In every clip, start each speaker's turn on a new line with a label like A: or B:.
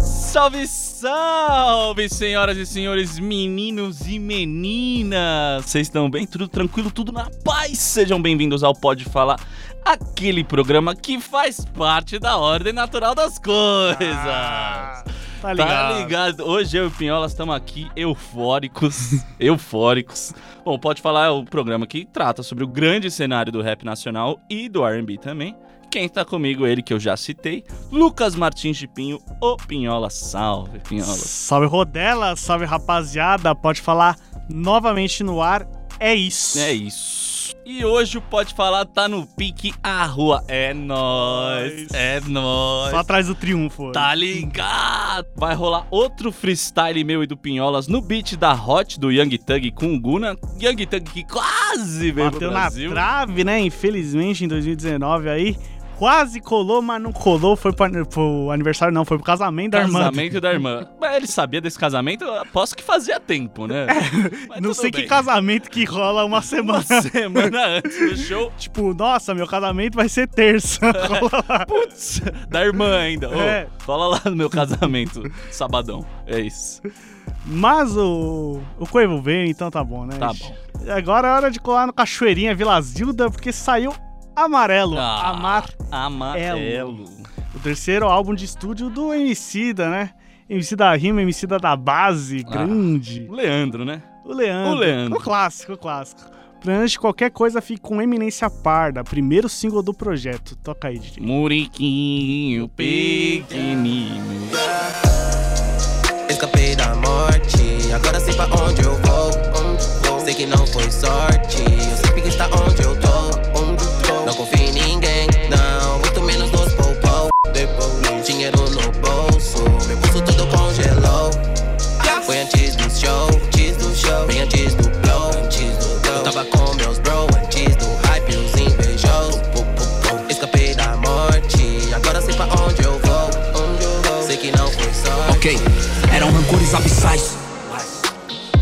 A: Salve, salve, senhoras e senhores, meninos e meninas! Vocês estão bem? Tudo tranquilo? Tudo na paz? Sejam bem-vindos ao Pode Falar, aquele programa que faz parte da ordem natural das coisas!
B: Tá
A: Tá ligado? Hoje eu e o Pinhola estamos aqui eufóricos, eufóricos. Bom, pode falar, é o programa que trata sobre o grande cenário do rap nacional e do R&B também. Quem tá comigo, ele que eu já citei, Lucas Martins de Pinho, o Pinhola. Salve, Pinhola.
B: Salve Rodela, salve rapaziada, pode falar novamente no ar. É isso.
A: É isso. E hoje o Pode Falar tá no pique a rua. É nóis,
B: Nóis.
A: é nóis.
B: Só atrás do triunfo. hoje.
A: Tá ligado? Vai rolar outro freestyle meu e do Pinholas no beat da Hot do Young Thug com o Guna. Young Thug que quase veio pro
B: Bateu na
A: Brasil.
B: trave, né? Infelizmente, em 2019 aí. Quase colou, mas não colou. Foi pro, an- pro aniversário, não. Foi pro casamento da irmã.
A: Casamento da irmã. Mas ele sabia desse casamento, eu aposto que fazia tempo, né? Mas
B: É, Não
A: tudo
B: sei que
A: bem.
B: casamento que rola uma semana.
A: Uma semana antes do show.
B: tipo, nossa, meu casamento vai ser terça. Rola lá.
A: Putz, da irmã ainda. Ô,
B: É.
A: Cola lá no meu casamento, sabadão. É isso.
B: Mas o, o Coivo veio, então tá bom, né?
A: Tá bom.
B: Agora é hora de colar no Cachoeirinha Vila Zilda, porque saiu Amarelo.
A: Ah.
B: Amar,
A: Amarelo.
B: o terceiro álbum de estúdio do Emicida, né? MC da Rima, MC da Base,
A: Ah.
B: grande.
A: Leandro, né?
B: O Leandro.
A: O Leandro.
B: O clássico, o clássico. Pra antes de qualquer coisa, fique com Eminência Parda, primeiro single do projeto. Toca aí, DJ.
A: Muriquinho pequenino.
C: Escapei da morte, agora sei pra onde eu vou. onde vou. Sei que não foi sorte, eu sempre que está onde eu tô. onde tô. Não confio em ninguém, não, muito menos nos poupou. Dinheiro no bolso, meu bolso tudo congelou. Foi antes do show, antes do show, bem antes do blow, antes do blow. Eu tava com meus bro, antes do hype, os invejosos. Pum, pum, pum. Escapei da morte, agora sei pra onde eu vou. onde eu vou. Sei que não foi sorte.
D: Ok, eram rancores abissais.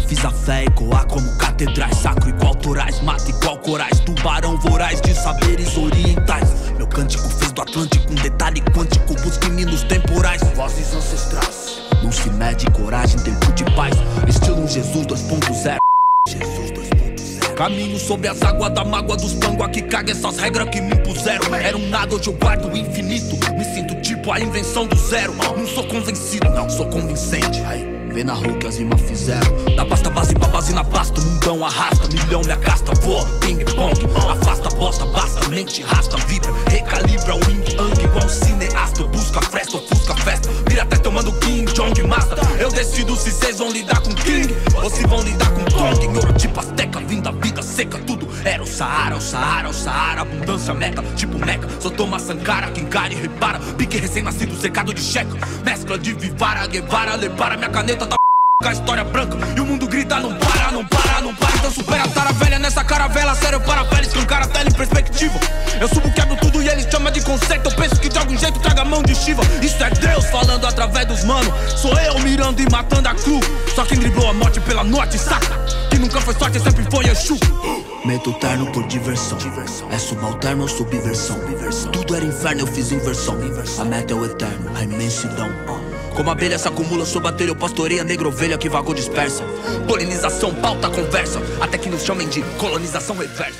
D: Fiz a fé ecoar como catedrais, sacro igual torais, mata igual corais, tubarão voraz de saberes orientais. Meu cântico fez do Atlântico um detalhe quântico, busque-me nos temporais, vozes ancestrais. Não se mede coragem, tempo de paz, estilo Jesus 2.0. Jesus 2.0. Caminho sobre as águas da mágoa dos panguá que caga essas regras que me impuseram. Era um nada, hoje eu guardo o infinito. Me sinto tipo a invenção do zero. Não sou convencido, não sou convincente. Aí, Vê na rua que as rimas fizeram. Da pasta base pra base na pasta. Mundão arrasta, milhão me acasta. Voa, ping pong. Afasta, bosta, basta. Mente, rasta, vibra. Recalibra o yin yang igual um cineasta. Eu busco a fresta, ofusca a festa. Vira até tomando King Jong Master. Eu decido se vocês vão lidar com King ou se vão lidar com Kong. Em ouro tipo Azteca, vinda, vida seca, tudo era o Saara, o Saara, o Saara. Abundância meca, tipo meca. Só toma Sankara, quem cara e repara. Pique recém-nascido, secado de checa. Mescla de Vivara, Guevara, Lebara. Minha caneta tá com a história branca. E o mundo grita, não para, não para, não para. Então supera a tara velha nessa caravela. Sério, para a pele, escancara a tela em perspectiva. Eu subo, quebro tudo e eles chamam de conceito. Eu penso que de algum jeito traga mão de Shiva. Isso é Deus falando através dos mano. Sou eu mirando e matando a cru. Só quem driblou a morte pela noite, saca? Que nunca foi sorte, sempre foi Exu. Meto o terno por diversão. É subalterno ou subversão. Tudo era inferno, eu fiz inversão. A meta é o eterno, a imensidão. Como abelha se acumula sob a telha, eu pastoreia negra ovelha que vagou dispersa. Polinização, pauta, conversa. Até que nos chamem de colonização reversa.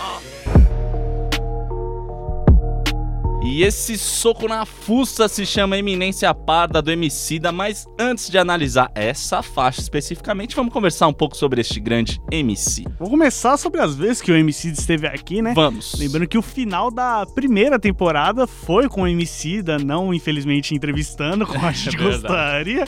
A: E esse soco na fuça se chama Eminência Parda do Emicida, mas antes de analisar essa faixa especificamente, vamos conversar um pouco sobre este grande MC.
B: Vou começar sobre as vezes que o MC esteve aqui, né?
A: Vamos.
B: Lembrando que o final da primeira temporada foi com o Emicida, não infelizmente entrevistando, como a gente
A: É verdade.
B: gostaria,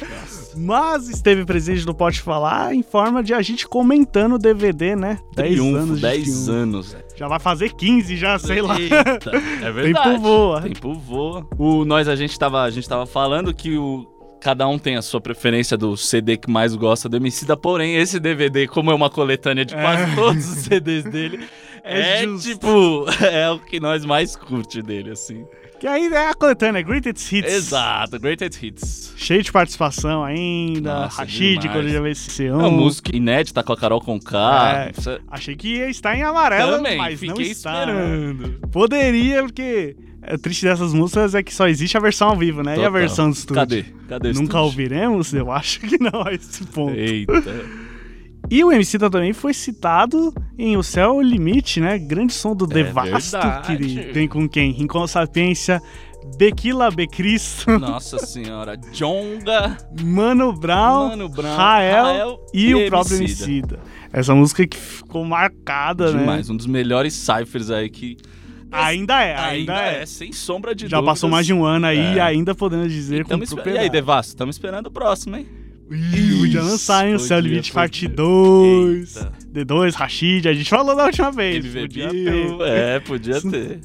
B: mas esteve presente no Pode Falar em forma de a gente comentando o DVD, né? 10 anos
A: Triunfo,
B: de
A: 10
B: triunfo.
A: anos. velho.
B: Já vai fazer 15 já, sei lá.
A: Eita, é verdade.
B: Tempo voa.
A: Tempo voa. O nós a gente tava, a gente tava falando que o Cada um tem a sua preferência do CD que mais gosta do Emicida, porém esse DVD, como é uma coletânea de quase todos os CDs dele,
B: É
A: é,
B: justo.
A: tipo, é o que nós mais curte dele, assim.
B: Que aí é a coletânea, Greatest Hits.
A: Exato, Greatest Hits.
B: Cheio de participação ainda.
A: Nossa,
B: Rashid,
A: demais.
B: quando já veio esse
A: É uma música inédita com a Carol Conká.
B: É. Achei que ia estar em amarelo,
A: Ah, Também,
B: mas não
A: fiquei
B: está.
A: esperando.
B: Poderia, porque é, o triste dessas músicas é que só existe a versão ao vivo, né? E a
A: Total.
B: versão do estúdio.
A: Cadê? Cadê o
B: Nunca
A: estúdio?
B: ouviremos? Eu acho que não a esse ponto.
A: Eita.
B: E o MC também foi citado em O Céu é o Limite, né? Grande som do Devasto, que
A: É verdade.
B: ele tem com quem? Rincon Sapiência, Bequila Becristo,
A: Nossa senhora. Jonga.
B: Mano Brown,
A: Mano Brown,
B: Rael,
A: Rael
B: e,
A: e
B: o próprio
A: Emicida.
B: Emicida. Essa música que ficou marcada, né?
A: Demais. Um dos melhores ciphers aí que.
B: Ainda é, ainda,
A: Ainda,
B: é.
A: é. sem sombra de
B: Já passou mais de um ano aí
A: É.
B: e ainda podemos dizer com
A: Tamo esper... E aí,
B: propriedade.
A: Devasso, estamos esperando o próximo, hein?
B: Ih, Podia lançar, hein? O Céu é o
A: Podia,
B: Limite
A: podia.
B: Parte 2,
A: Eita.
B: D2, Rashid, a gente falou da última vez.
A: MVB.
B: Podia ter.
A: É, podia ter.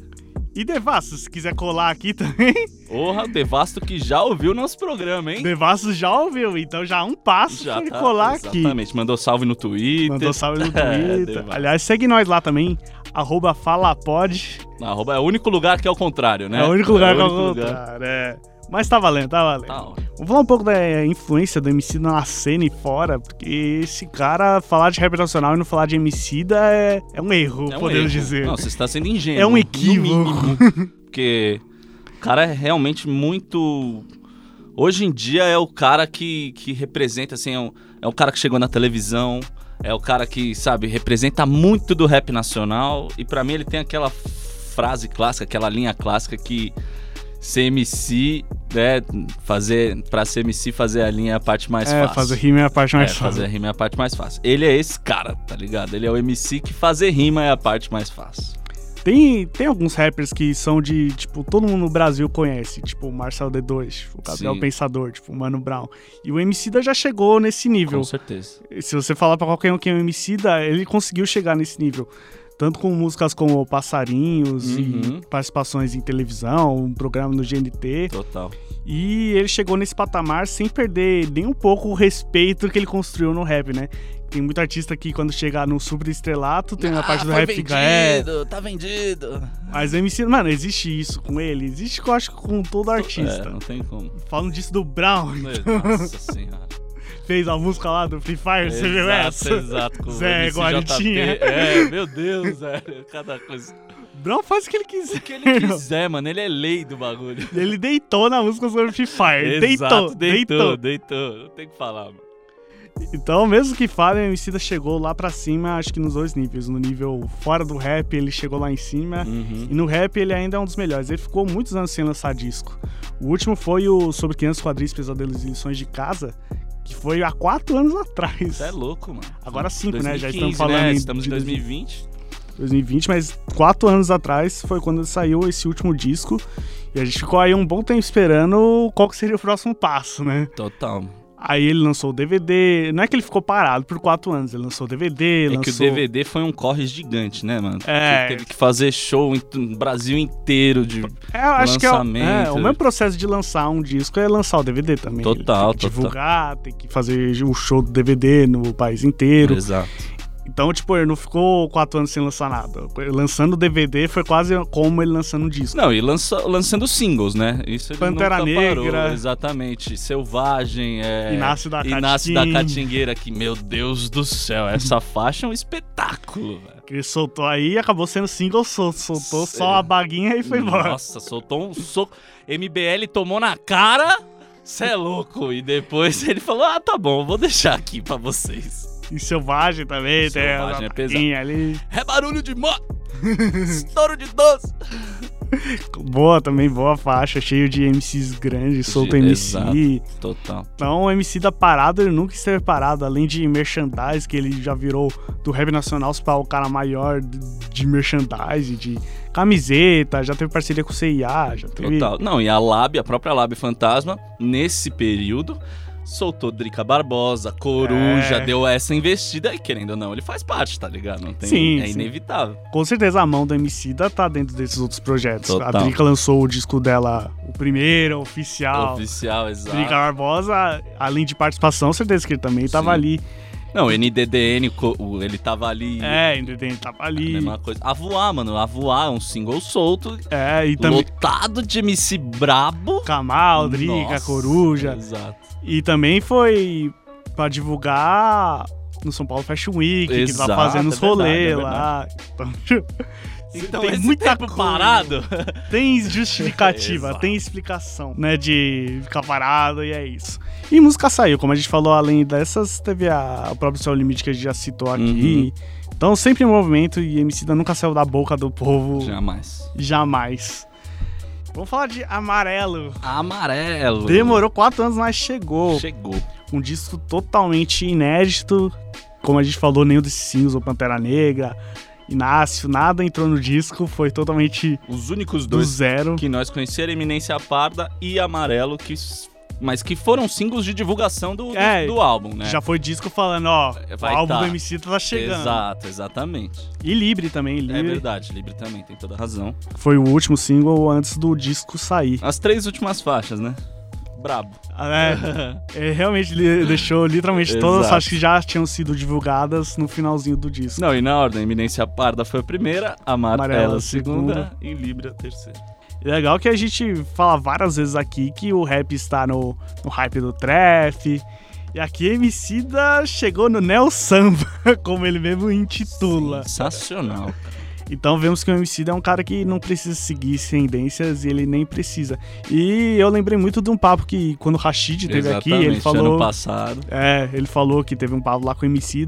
B: E Devasso, se quiser colar aqui também,
A: Porra, o Devasto que já ouviu nosso programa, hein? tá,
B: Devasso já ouviu, então já há um passo pra ele colar aqui.
A: Exatamente. Mandou salve no Twitter.
B: Mandou salve no
A: É,
B: Twitter.
A: Devasso.
B: Aliás, segue nós lá também, arroba falapod.
A: Na arroba é o único lugar que é o contrário,
B: É,
A: né?
B: o único lugar que eu
A: único
B: vou
A: lugar.
B: entrar, é. Mas tá valendo, tá valendo.
A: Tá, ó.
B: Vamos falar um pouco da influência do MC na cena e fora, porque esse cara falar de rap nacional e não falar de MC é, é um erro,
A: É um
B: podemos
A: erro.
B: dizer.
A: Não, você está sendo ingênuo.
B: É um
A: no
B: equívoco.
A: mínimo. porque o cara é realmente muito. Hoje em dia é o cara que, que representa, assim, é o, é o cara que chegou na televisão, é o cara que, sabe, representa muito do rap nacional. E pra mim ele tem aquela frase clássica, aquela linha clássica que ser MC, né, fazer, pra ser MC fazer a linha é a parte mais
B: é,
A: fácil.
B: fazer rima é a parte mais
A: É,
B: fácil.
A: fazer rima é a parte mais fácil. Ele é esse cara, tá ligado? Ele é o MC que fazer rima é a parte mais fácil.
B: Tem, tem alguns rappers que são de, tipo, todo mundo no Brasil conhece, tipo, o Marcel D2, tipo, o Gabriel
A: Sim.
B: Pensador, tipo, o Mano Brown. E o Emicida já chegou nesse nível.
A: Com certeza.
B: Se você falar pra qualquer um que é o Emicida, ele conseguiu chegar nesse nível. Tanto com músicas como Passarinhos
A: Uhum.
B: e participações em televisão, um programa no GNT.
A: Total.
B: E ele chegou nesse patamar sem perder nem um pouco o respeito que ele construiu no rap, né? Tem muito artista que quando chega no superestrelato, tem uma parte do rap que fica, é,
A: Ah, tá vendido.
B: mas o MC, mano, existe isso com ele, existe eu acho que com todo
A: É,
B: artista.
A: não tem como.
B: Falando disso do Brown, né,
A: Nossa senhora.
B: fez a música lá do Free Fire, você viu
A: exato,
B: essa?
A: exato. com o
B: Zé é né?
A: MC
B: Guaritinha.
A: JP. É, meu Deus, velho. Cada coisa.
B: Brown faz o que ele quiser.
A: O que ele quiser, mano. Ele é lei do bagulho.
B: Ele deitou na música sobre Free Fire. deitou,
A: Exato,
B: deitou,
A: deitou, deitou. Não tem o que falar, mano.
B: Então, mesmo que falem, o Emicida chegou lá pra cima, acho que nos dois níveis. No nível fora do rap, ele chegou lá em cima.
A: Uhum.
B: E no rap, ele ainda é um dos melhores. Ele ficou muitos anos sem lançar disco. O último foi o Sobre Crianças, Quadris, Pesadelos e Lições de Casa, que foi há quatro anos atrás.
A: Você é louco, mano.
B: Agora cinco, né? Já
A: 2015,
B: estamos falando
A: né?
B: em-
A: Estamos
B: de
A: em 2020.
B: 2020, mas quatro anos atrás foi quando saiu esse último disco. E a gente ficou aí um bom tempo esperando qual que seria o próximo passo, né?
A: Total.
B: Aí ele lançou o DVD. Não é que ele ficou parado por quatro anos, ele lançou o DVD,
A: É
B: lançou.
A: que o DVD foi um corre gigante, né, mano?
B: É.
A: Porque Teve que fazer show em t- no Brasil inteiro de.
B: É, eu acho que é, o- é,
A: lançamento.
B: o mesmo processo de lançar um disco é lançar o DVD também. Ele
A: Total,
B: tem
A: total.
B: que divulgar, tem que fazer o show do DVD no país inteiro.
A: Exato.
B: Então, tipo, ele não ficou quatro anos sem lançar nada. Lançando o DVD foi quase como ele lançando um disco.
A: Não, e lança, lançando singles, né? Isso ele
B: Pantera
A: nunca
B: Negra.
A: Parou. Exatamente. Selvagem, é.
B: Inácio da
A: Inácio da
B: Caatinga.
A: Catingueira, que, meu Deus do céu, essa faixa é um espetáculo, velho.
B: Ele soltou aí e acabou sendo single, sol- soltou só
A: Sério?
B: a baguinha e foi embora.
A: Nossa, soltou um soco. MBL tomou na cara. Cê é louco. E depois ele falou: ah, tá bom, vou deixar aqui pra vocês.
B: E Selvagem também,
A: Selvagem é
B: tem a
A: pesado.
B: baguinha ali.
A: É barulho de moto! Estouro de doce!
B: Boa também, boa faixa, cheio de MCs grandes, solto MC.
A: Exato. Total.
B: Então, o MC da parado, ele nunca esteve parado. Além de merchandise, que ele já virou do rap nacional para o cara maior de, de merchandise, de camiseta, já teve parceria com o CIA, Ah, já teve.
A: Total. Não, e a Lab, a própria Lab Fantasma, nesse período, soltou Drica Barbosa, Coruja,
B: É.
A: deu essa investida e querendo ou não, ele faz parte, tá ligado? Não tem,
B: Sim,
A: é
B: sim.
A: inevitável.
B: Com certeza a mão da Emicida tá dentro desses outros projetos. A
A: Total.
B: Drica lançou o disco dela, o primeiro, oficial.
A: Oficial, exato.
B: Ah, Drica Barbosa, além de participação, certeza que ele também tava
A: Sim.
B: ali.
A: Não, NDDN, co- o- ele tava ali.
B: É, entendeu? Tava
A: a
B: ali.
A: Mesma coisa. A voar, mano. A voar, um single solto,
B: É, e também
A: lotado de MC brabo.
B: Kamal, Drica,
A: Nossa,
B: Coruja.
A: Exato.
B: E também foi pra divulgar no São Paulo Fashion Week, que
A: Exato,
B: tá fazendo os
A: é verdade,
B: rolês
A: é
B: lá.
A: Então,
B: tem
A: esse
B: muita
A: tempo
B: coisa.
A: parado.
B: Tem justificativa,
A: Exato.
B: tem explicação, né? De ficar parado e é isso. E música saiu, como a gente falou, além dessas, teve a, o próprio Céu Limite que a gente já citou aqui.
A: Uhum.
B: Então, sempre em movimento e MC da nunca saiu da boca do povo.
A: Jamais.
B: Jamais. Vamos falar de Amarelo.
A: Amarelo.
B: Demorou quatro anos, mas chegou.
A: Chegou.
B: Um disco totalmente inédito. Como a gente falou, nenhum desses singles ou Pantera Negra, Inácio, nada entrou no disco. Foi totalmente
A: Os únicos
B: do
A: dois
B: zero.
A: que nós conheceram, Eminência Parda e Amarelo, que, s- mas que foram singles de divulgação do, do-
B: É,
A: do álbum, né?
B: Já foi disco falando, ó, o
A: Vai
B: álbum
A: tá.
B: do MC tá chegando.
A: Exato, exatamente.
B: E Libre também,
A: É
B: Libre.
A: verdade, Libre também tem toda a razão.
B: foi o último single antes do disco sair.
A: As três últimas faixas, né? Brabo.
B: É, é, realmente ele deixou literalmente todas as
A: Exato.
B: faixas que já tinham sido divulgadas no finalzinho do disco.
A: Não, e na ordem, Eminência Parda foi a primeira, Amarelo,
B: Amarelo,
A: a segunda, e Libre a terceira.
B: E Legal que a gente fala várias vezes aqui que o rap está no, no hype do trap. E aqui MC da chegou no Neo Samba, como ele mesmo intitula.
A: Sensacional.
B: Então vemos que o MC é um cara que não precisa seguir tendências e ele nem precisa. E eu lembrei muito de um papo que quando o Rashid teve aqui, ele
A: ano
B: falou.
A: passado.
B: É, ele falou que teve um papo lá com o MC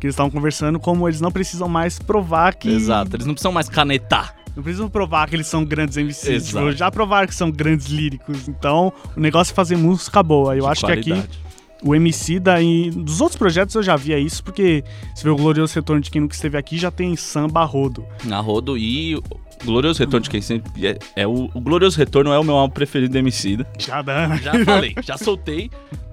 B: que eles estavam conversando como eles não precisam mais provar que.
A: Exato, eles não precisam mais canetar.
B: Não precisam provar que eles são grandes MCs. Tipo,
A: Exato.
B: já provaram que são grandes líricos. Então, o negócio é fazer música boa. Eu
A: de
B: acho que aqui
A: qualidade.
B: o MC da e dos outros projetos eu já via isso, porque se vê o Glorioso Retorno de quem nunca esteve aqui, já tem samba a rodo.
A: Na Rodo e o Glorioso Retorno de quem sempre. É, é o, o Glorioso Retorno é o meu álbum preferido do Emicida.
B: Já dá. né?
A: Já falei, já soltei.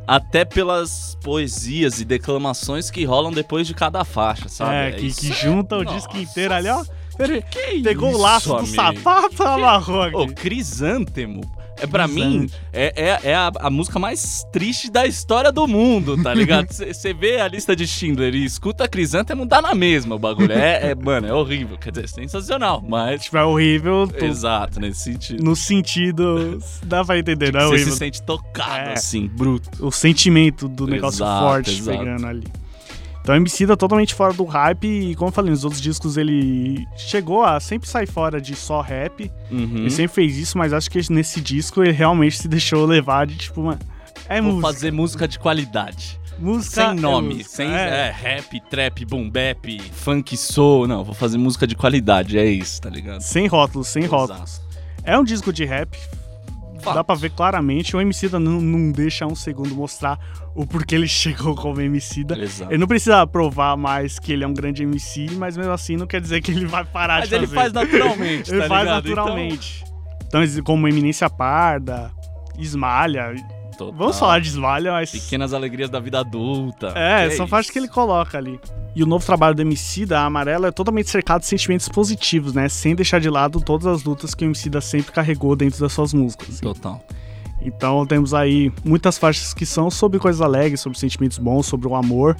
A: Até pelas poesias e declamações que rolam depois de cada faixa, sabe?
B: é, que,
A: isso
B: que
A: aí.
B: junta o
A: Nossa.
B: disco inteiro ali, ó. Ele
A: Que é
B: pegou
A: isso,
B: o laço do
A: amigo. Oh.
B: sapato e amarrou
A: Ô,
B: aqui.
A: Crisântemo. É, pra
B: Crisântemo.
A: mim, é, é, é a, a música mais triste da história do mundo, tá ligado? Você vê a lista de Schindler e escuta Crisântemo, dá na mesma o bagulho. É, é, mano, é horrível. Quer dizer, sensacional, mas...
B: Tipo, é horrível. tô-
A: Exato, nesse sentido.
B: No sentido. Dá pra entender, não é
A: Você se
B: horrível.
A: sente tocado,
B: É.
A: assim, bruto.
B: o sentimento do negócio
A: Exato,
B: forte
A: exato.
B: pegando ali. Então, MC tá totalmente fora do hype e, como eu falei, nos outros discos ele chegou a sempre sair fora de só rap.
A: Uhum.
B: Ele sempre fez isso, mas acho que nesse disco ele realmente se deixou levar de tipo, mano, é
A: Vou
B: música.
A: fazer música de qualidade.
B: música
A: Sem
B: é
A: nome,
B: música,
A: sem
B: é.
A: é, rap, trap, boom bap, funk soul. Não, vou fazer música de qualidade, é isso, tá ligado?
B: Sem rótulos, sem
A: Exato.
B: rótulos. É um disco de rap.
A: Fato.
B: Dá pra ver claramente, o MC não, não deixa um segundo mostrar o porquê ele chegou como MC.
A: Exato.
B: Ele não precisa provar mais que ele é um grande MC, mas mesmo assim não quer dizer que ele vai parar
A: Mas
B: de
A: ele
B: fazer.
A: faz naturalmente, tá
B: Ele faz
A: ligado? Então,
B: naturalmente. Então, eles- como Eminência Parda, Esmalha.
A: total.
B: Vamos falar de Esmalha, mas.
A: Pequenas alegrias da vida adulta.
B: É,
A: Que
B: são
A: isso?
B: faixas que ele coloca ali. E o novo trabalho do MC da Amarela é totalmente cercado de sentimentos positivos, né? Sem deixar de lado todas as lutas que o MC da sempre carregou dentro das suas músicas.
A: Total.
B: Então temos aí muitas faixas que são sobre coisas alegres, sobre sentimentos bons, sobre o amor,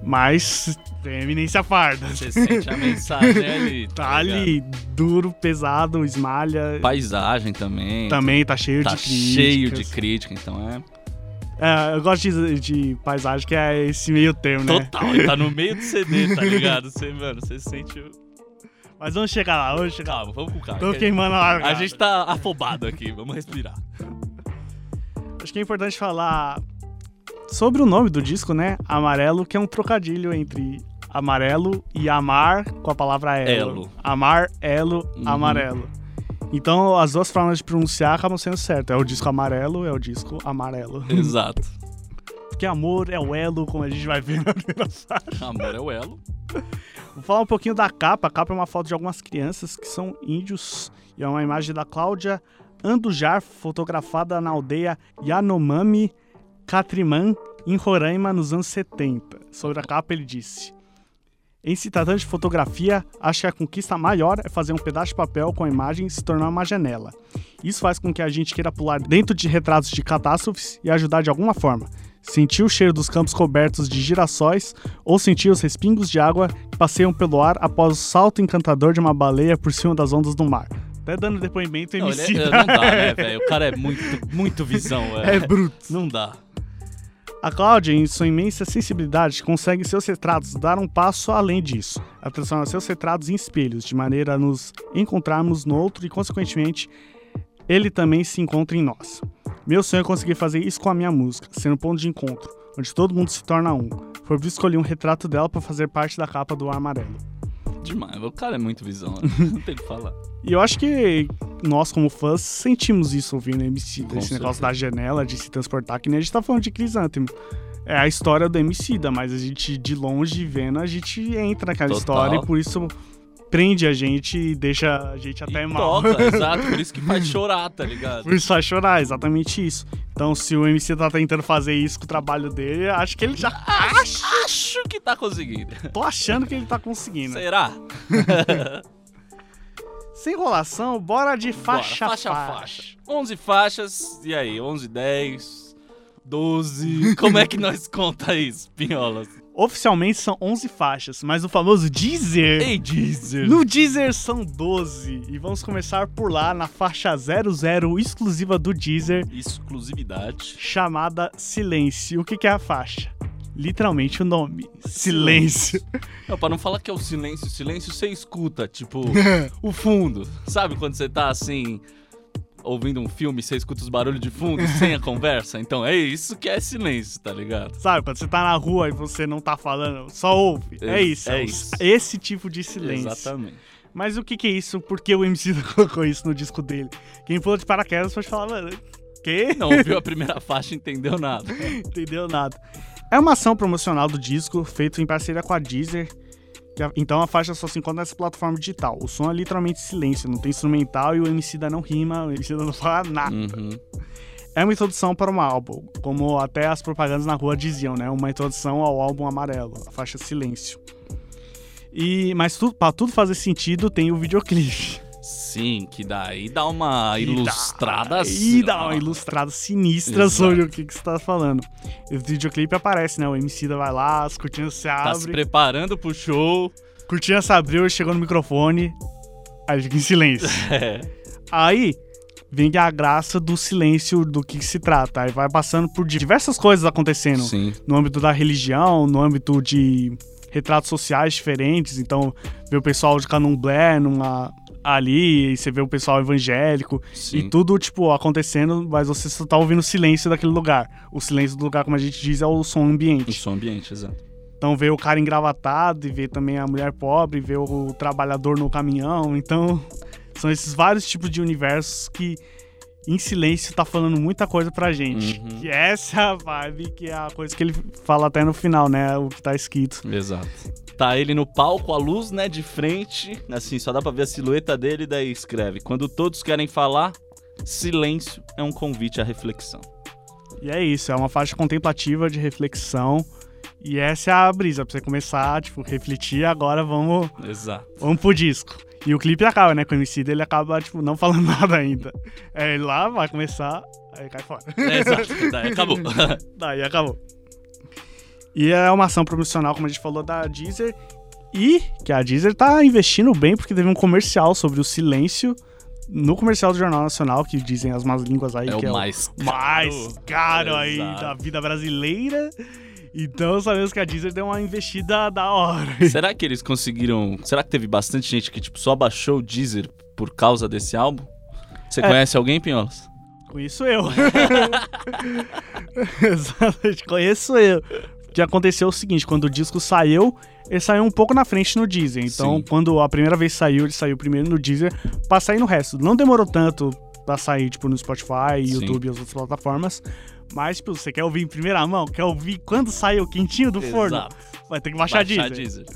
B: mas tem eminência parda.
A: Você sente a mensagem ali. Tá,
B: Tá
A: ligado?
B: ali duro, pesado, esmalha.
A: Paisagem também.
B: também tá cheio
A: Tá
B: de
A: cheio de
B: críticas. Né?
A: crítica, então é.
B: É, eu gosto de, de paisagem, que é esse meio termo, né?
A: Total, ele tá no meio do CD, tá ligado? Você, mano, você sente. o-
B: Mas vamos chegar lá, vamos chegar lá.
A: Calma, vamos com calma.
B: Tô queimando a largada.
A: A gente tá afobado aqui, vamos respirar.
B: Acho que é importante falar sobre o nome do disco, né? Amarelo, que é um trocadilho entre amarelo e amar com a palavra elo.
A: Elo.
B: Amar, elo,
A: Uhum.
B: amarelo. Então, as duas formas de pronunciar acabam sendo certas. É o disco amarelo, é o disco amarelo.
A: Exato.
B: Porque amor é o elo, como a gente vai ver na primeira fase.
A: Amor é o elo.
B: Vou falar um pouquinho da capa. A capa é uma foto de algumas crianças que são índios. E é uma imagem da Cláudia Andujar, fotografada na aldeia Yanomami Catrimã, em Roraima, nos anos 70. Sobre a capa, ele disse: Em se tratando de fotografia, acho que a conquista maior é fazer um pedaço de papel com a imagem se tornar uma janela. Isso faz com que a gente queira pular dentro de retratos de catástrofes e ajudar de alguma forma. Sentir o cheiro dos campos cobertos de girassóis ou sentir os respingos de água que passeiam pelo ar após o salto encantador de uma baleia por cima das ondas do mar. Até dando depoimento
A: Não, ele é-
B: MC.
A: não dá, né, velho? O cara é muito, muito visão,
B: É
A: velho.
B: bruto.
A: Não dá.
B: A Cláudia, em sua imensa sensibilidade, consegue em seus retratos dar um passo além disso, a transformar seus retratos em espelhos, de maneira a nos encontrarmos no outro e, consequentemente, ele também se encontra em nós. Meu sonho é conseguir fazer isso com a minha música, sendo um ponto de encontro, onde todo mundo se torna um. Por isso escolhi um retrato dela para fazer parte da capa do Amarelo.
A: Demais. O cara é muito visão, né? Não tem o que falar.
B: E eu acho que nós, como fãs, sentimos isso ouvindo MC,
A: Com
B: esse
A: certeza.
B: negócio da janela, de se transportar, que nem a gente tá falando de Crisântemo. É a história do MC, da, mas a gente, de longe, vendo, a gente entra naquela
A: Total.
B: história e por isso prende a gente e deixa a gente até
A: e
B: É mal.
A: toca, exato. Por isso que faz chorar, tá ligado?
B: Por isso vai chorar, exatamente isso. Então, se o MC tá tentando fazer isso com o trabalho dele, acho que ele já.
A: Acho que tá conseguindo.
B: Tô achando que ele tá conseguindo.
A: Será?
B: Sem enrolação, bora de faixa
A: Bora,
B: faixa.
A: faixa, faixa. 11 faixas, e aí? 11, 10, 12. Como é que nós conta isso, Pinholas?
B: Oficialmente são 11 faixas, mas o famoso Deezer.
A: Ei, Deezer.
B: No Deezer são 12 e vamos começar por lá na faixa 00 exclusiva do Deezer,
A: Exclusividade.
B: chamada Silêncio. O que, que é a faixa? Literalmente o nome. Silêncio.
A: Não, pra não falar que é o silêncio, silêncio você escuta, tipo, o fundo. Sabe quando você tá assim, ouvindo um filme, você escuta os barulhos de fundo sem a conversa? Então é isso que é silêncio, tá ligado?
B: Sabe, quando você tá na rua e você não tá falando, só ouve. É,
A: É-
B: isso.
A: é
B: o-
A: isso.
B: Esse tipo de silêncio.
A: Exatamente.
B: Mas o que, que é isso? Por que o MC colocou isso no disco dele? Quem pulou de paraquedas pode falar, mano, que?
A: Não ouviu a primeira faixa, entendeu nada.
B: entendeu nada. É uma ação promocional do disco, feito em parceria com a Deezer. que a- Então a faixa só se encontra nessa plataforma digital. O som é literalmente silêncio, não tem instrumental e o MC da não rima, o MC da não fala nada.
A: Uhum.
B: É uma introdução para um álbum, como até as propagandas na rua diziam, né? Uma introdução ao álbum amarelo, a faixa silêncio. E, mas tu, para tudo fazer sentido, tem o videoclipe.
A: Sim, que daí dá uma
B: E dá-
A: ilustrada
B: E
A: assim,
B: dá
A: ó.
B: uma ilustrada sinistra
A: Exato.
B: sobre o que, que você tá falando. E o videoclipe aparece, né? O MC da vai lá, as cortinas se
A: Tá se
B: abrem.
A: preparando pro show.
B: cortina se abriu, ele chegou no microfone. Aí ele fica em silêncio.
A: É.
B: aí vem a graça do silêncio do que, que se trata. Aí vai passando por diversas coisas acontecendo.
A: Sim.
B: No âmbito da religião, no âmbito de retratos sociais diferentes. Então, vê o pessoal de candomblé numa. Ali, e você vê o pessoal evangélico, e
A: Sim.
B: tudo, tipo, acontecendo, mas você só tá ouvindo o silêncio daquele lugar. O silêncio do lugar, como a gente diz, é o
A: O
B: som ambiente.
A: som ambiente, exato.
B: Então vê o cara engravatado e vê também a mulher pobre, vê o trabalhador no caminhão. Então, são esses vários tipos de universos que em silêncio tá falando muita coisa pra gente.
A: Uhum.
B: Que essa é a vibe, que é a coisa que ele fala até no final, né? O que tá escrito.
A: Exato. Tá ele no palco, a luz, né, de frente. Assim, só dá pra ver a silhueta dele, daí escreve. Quando todos querem falar, silêncio é um convite à reflexão.
B: E é isso, é uma faixa contemplativa de reflexão. E essa é a brisa, pra você começar, tipo, refletir, agora vamos
A: Exato.
B: Vamos pro disco. E o clipe acaba, né? Com o MC ele acaba, tipo, não falando nada ainda. É, ele lá vai começar, aí cai fora.
A: É, exato. Daí acabou. É
B: Daí acabou. E é uma ação promocional, como a gente falou, da Deezer. E que a Deezer tá investindo bem, porque teve um comercial sobre o silêncio no comercial do Jornal Nacional, que dizem as más línguas aí,
A: é
B: que
A: o
B: é
A: mais.
B: o mais caro aí
A: Exato.
B: da vida brasileira. Então sabemos que a Deezer deu uma investida da hora.
A: Será que eles conseguiram. Será que teve bastante gente que, tipo, só baixou o Deezer por causa desse álbum? Você conhece alguém, Pinholas?
B: Conheço eu. Exatamente, conheço eu. O que aconteceu é o seguinte, quando o disco saiu, ele saiu um pouco na frente no Deezer. Então,
A: Sim.
B: quando a primeira vez saiu, ele saiu primeiro no Deezer, pra sair no resto. Não demorou tanto pra sair, tipo, no Spotify,
A: Sim.
B: YouTube e as outras plataformas. Mas, tipo, você quer ouvir em primeira mão? Quer ouvir quando saiu quentinho do forno?
A: Exato.
B: Vai ter que baixar,
A: Baixar
B: Deezer.
A: Deezer.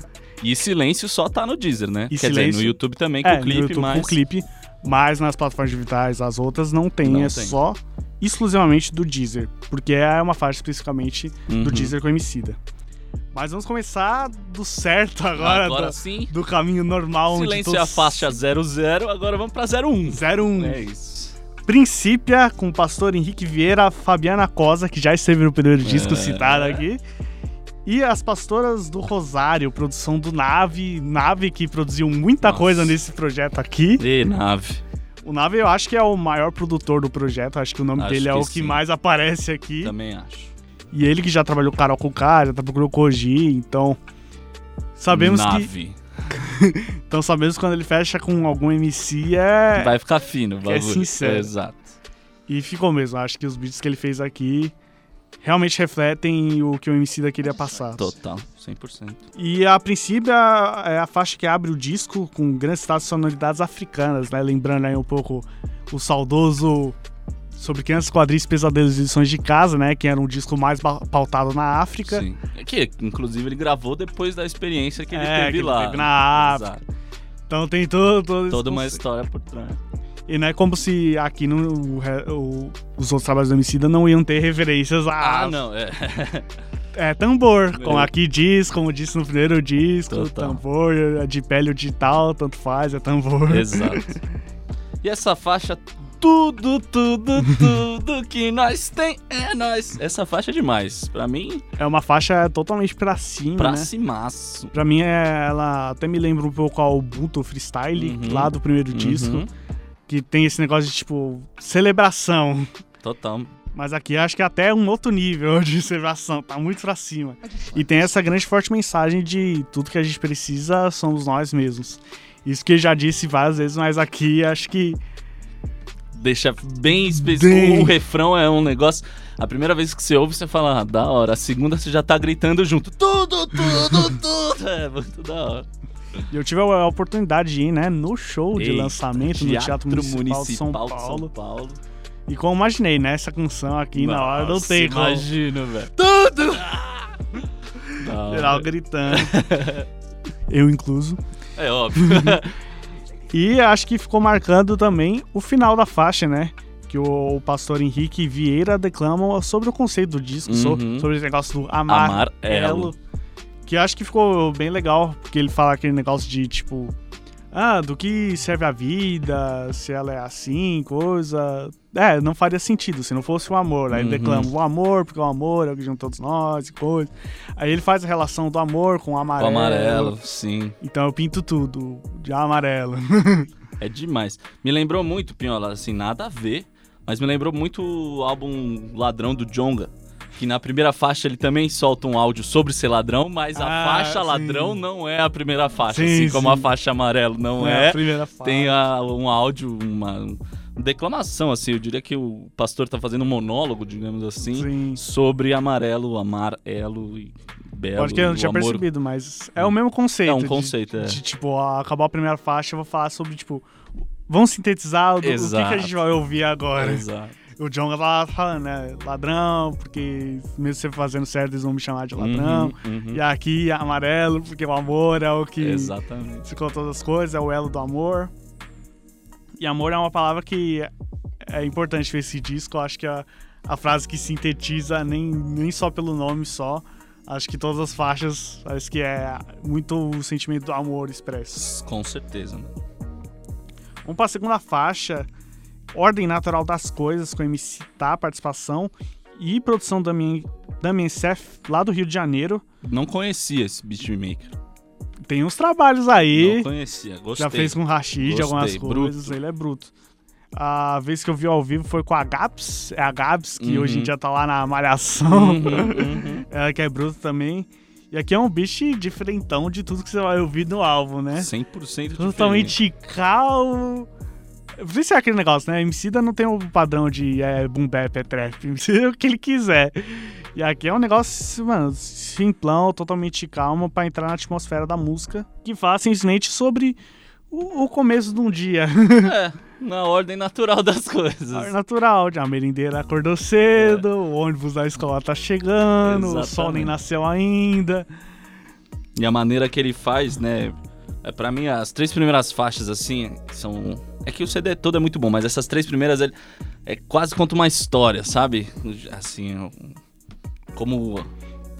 A: E Silêncio só tá no Deezer, né?
B: E
A: Quer dizer,
B: Silêncio-
A: no YouTube também, que
B: É,
A: o
B: no
A: clipe,
B: YouTube com
A: mas...
B: o clipe. Mas nas plataformas digitais, as outras, não tem.
A: Não
B: é
A: tem.
B: só exclusivamente do Deezer, porque é uma faixa especificamente
A: Uhum.
B: do Deezer com Emicida. Mas vamos começar do certo agora,
A: Agora
B: do,
A: sim.
B: do caminho normal. onde
A: Silêncio é a
B: todos-
A: faixa 00, agora vamos pra 01.
B: 01.
A: É isso.
B: Princípia, com o pastor Henrique Vieira, Fabiana Cosa, que já esteve no primeiro
A: É.
B: disco citado aqui. E as pastoras do Rosário, produção do Nave. Nave que produziu muita
A: Nossa.
B: coisa nesse projeto aqui.
A: E nave.
B: O Nave eu acho que é o maior produtor do projeto, acho que o nome
A: Acho
B: dele é
A: que
B: o que
A: sim.
B: mais aparece aqui.
A: Também acho.
B: E ele que já trabalhou com Carol Kuká, já trabalhou com Koji, então. Sabemos que.
A: nave.
B: Então sabemos que quando ele fecha com algum MC é.
A: Vai ficar fino o
B: é
A: bagulho.
B: sincero.
A: Exato.
B: E ficou mesmo. Acho que os beats que ele fez aqui realmente refletem o que o MC da queria passar.
A: Total, 100%.
B: E a princípio é a- é a faixa que abre o disco com grandes estados de sonoridades africanas, né? Lembrando aí um pouco o saudoso sobre crianças, quadris, pesadelos e lições de casa, né? Que era um disco mais ba- pautado na África.
A: Sim. É que, inclusive, ele gravou depois da experiência que ele
B: É,
A: teve
B: que ele
A: lá.
B: teve na
A: Exato.
B: Então tem todo, todo esse
A: Toda uma
B: conceito.
A: história por trás.
B: E não é como se aqui no, o re- o- os outros trabalhos do Emicida não iam ter referências a
A: Ah, não, é.
B: É tambor,
A: Meu.
B: como aqui diz, como disse no primeiro disco,
A: Total.
B: tambor, é de pele ou digital, tanto faz, é tambor.
A: Exato. E essa faixa, tudo, tudo, tudo que nós tem é nós. Essa faixa é demais. Pra mim,
B: É uma faixa totalmente pra cima,
A: pra
B: né?
A: cimaço.
B: Pra mim, é- ela até me lembra um pouco ao Buto Freestyle,
A: Uhum.
B: lá do primeiro disco,
A: Uhum.
B: que tem esse negócio de, tipo, celebração.
A: Total.
B: Mas aqui acho que é até um outro nível de celebração, tá muito pra cima. E tem essa grande forte mensagem de tudo que a gente precisa somos nós mesmos. Isso que eu já disse várias vezes, mas aqui acho que
A: Deixa bem específico.
B: Bem.
A: O refrão é um negócio. A primeira vez que você ouve, você fala, ah, da hora. A segunda, você já tá gritando junto. Tudo, tudo, tudo. É, muito da hora.
B: E Eu tive a a oportunidade de ir, né, no show de
A: Eita,
B: lançamento no Teatro Municipal, de São
A: Municipal
B: Paulo.
A: de São Paulo.
B: E como eu imaginei, né, essa canção aqui na hora não
A: Nossa,
B: tem como.
A: Imagino, velho. Tudo! Da hora.
B: Geral gritando. eu incluso.
A: É óbvio.
B: E acho que ficou marcando também o final da faixa, né? Que o, o pastor Henrique Vieira declama sobre o conceito do disco, so-
A: Uhum.
B: sobre esse negócio do amar,
A: Amarelo.
B: É, Que eu acho que ficou bem legal, porque ele fala aquele negócio de tipo. Ah, do que serve a vida, se ela é assim, coisa. É, não faria sentido se não fosse o amor. Aí ele
A: Uhum.
B: declama o amor, porque o amor é o que junta todos nós e coisa. Aí ele faz a relação do amor com o
A: O
B: amarelo.
A: amarelo, sim.
B: Então eu pinto tudo de amarelo.
A: É demais. Me lembrou muito, Pinhola, assim, nada a ver, mas me lembrou muito o álbum Ladrão do Jonga. Que na primeira faixa ele também solta um áudio sobre ser ladrão, mas a
B: Ah,
A: faixa
B: sim.
A: ladrão não é a primeira faixa,
B: Sim,
A: assim como a
B: sim.
A: faixa amarelo não
B: É
A: é.
B: a primeira fala.
A: Tem a- um áudio, uma, uma declamação, assim, eu diria que o pastor tá fazendo um monólogo, digamos assim,
B: Sim.
A: sobre amarelo, amarelo e belo.
B: Acho que eu não
A: É o
B: tinha
A: amor-
B: percebido, mas é o mesmo conceito.
A: É um
B: de-
A: conceito, é.
B: de, tipo, ah, acabar a primeira faixa, eu vou falar sobre, tipo, vamos sintetizar o, do- o que, que a gente
A: Exato.
B: vai ouvir agora.
A: Exato.
B: O Jonga tava falando, né? Ladrão, porque mesmo você fazendo certo, eles vão me chamar de ladrão.
A: Uhum, uhum.
B: E aqui, amarelo, porque o amor é o que
A: Exatamente.
B: ficou todas as coisas, é o elo do amor. E amor é uma palavra que é- é importante pra esse disco. Eu acho que a, a frase que sintetiza, nem, nem só pelo nome só. Acho que todas as faixas, acho que é muito o sentimento do amor expresso.
A: Com certeza, né? mano.
B: Vamos pra segunda faixa, Ordem Natural das Coisas, com MC Tá, participação e produção da minha, da minha Seth, lá do Rio de Janeiro.
A: Não conhecia esse beatmaker.
B: Tem uns trabalhos aí.
A: Não conhecia. Gostei.
B: Já fez um, com Rashid,
A: Gostei,
B: algumas coisas,
A: bruto.
B: ele é bruto. A vez que eu vi ao vivo foi com a Gaps, é a Gaps, que hoje
A: Uhum.
B: em dia tá lá na Malhação, ela que é bruto também. E aqui é um bicho diferentão de tudo que você vai ouvir no álbum, né?
A: 100% diferente.
B: Totalmente cal... Eu Não sei se é aquele negócio, né? Emicida não tem o padrão de é, boom bap, é trap. Emicida é o que ele quiser. E aqui é um negócio, mano, simplão, totalmente calmo pra entrar na atmosfera da música. Que fala simplesmente sobre o, o começo de um dia.
A: É, na ordem natural das
B: É
A: coisas.
B: Natural, de a merendeira acordou cedo, o ônibus da escola tá chegando, o sol nem
A: É. Exatamente.
B: nasceu ainda.
A: E a maneira que ele faz, né? É, pra mim, as três primeiras faixas, assim, são. É que o CD todo é muito bom, mas essas três primeiras ele, é quase conta uma história, sabe? Assim, um- como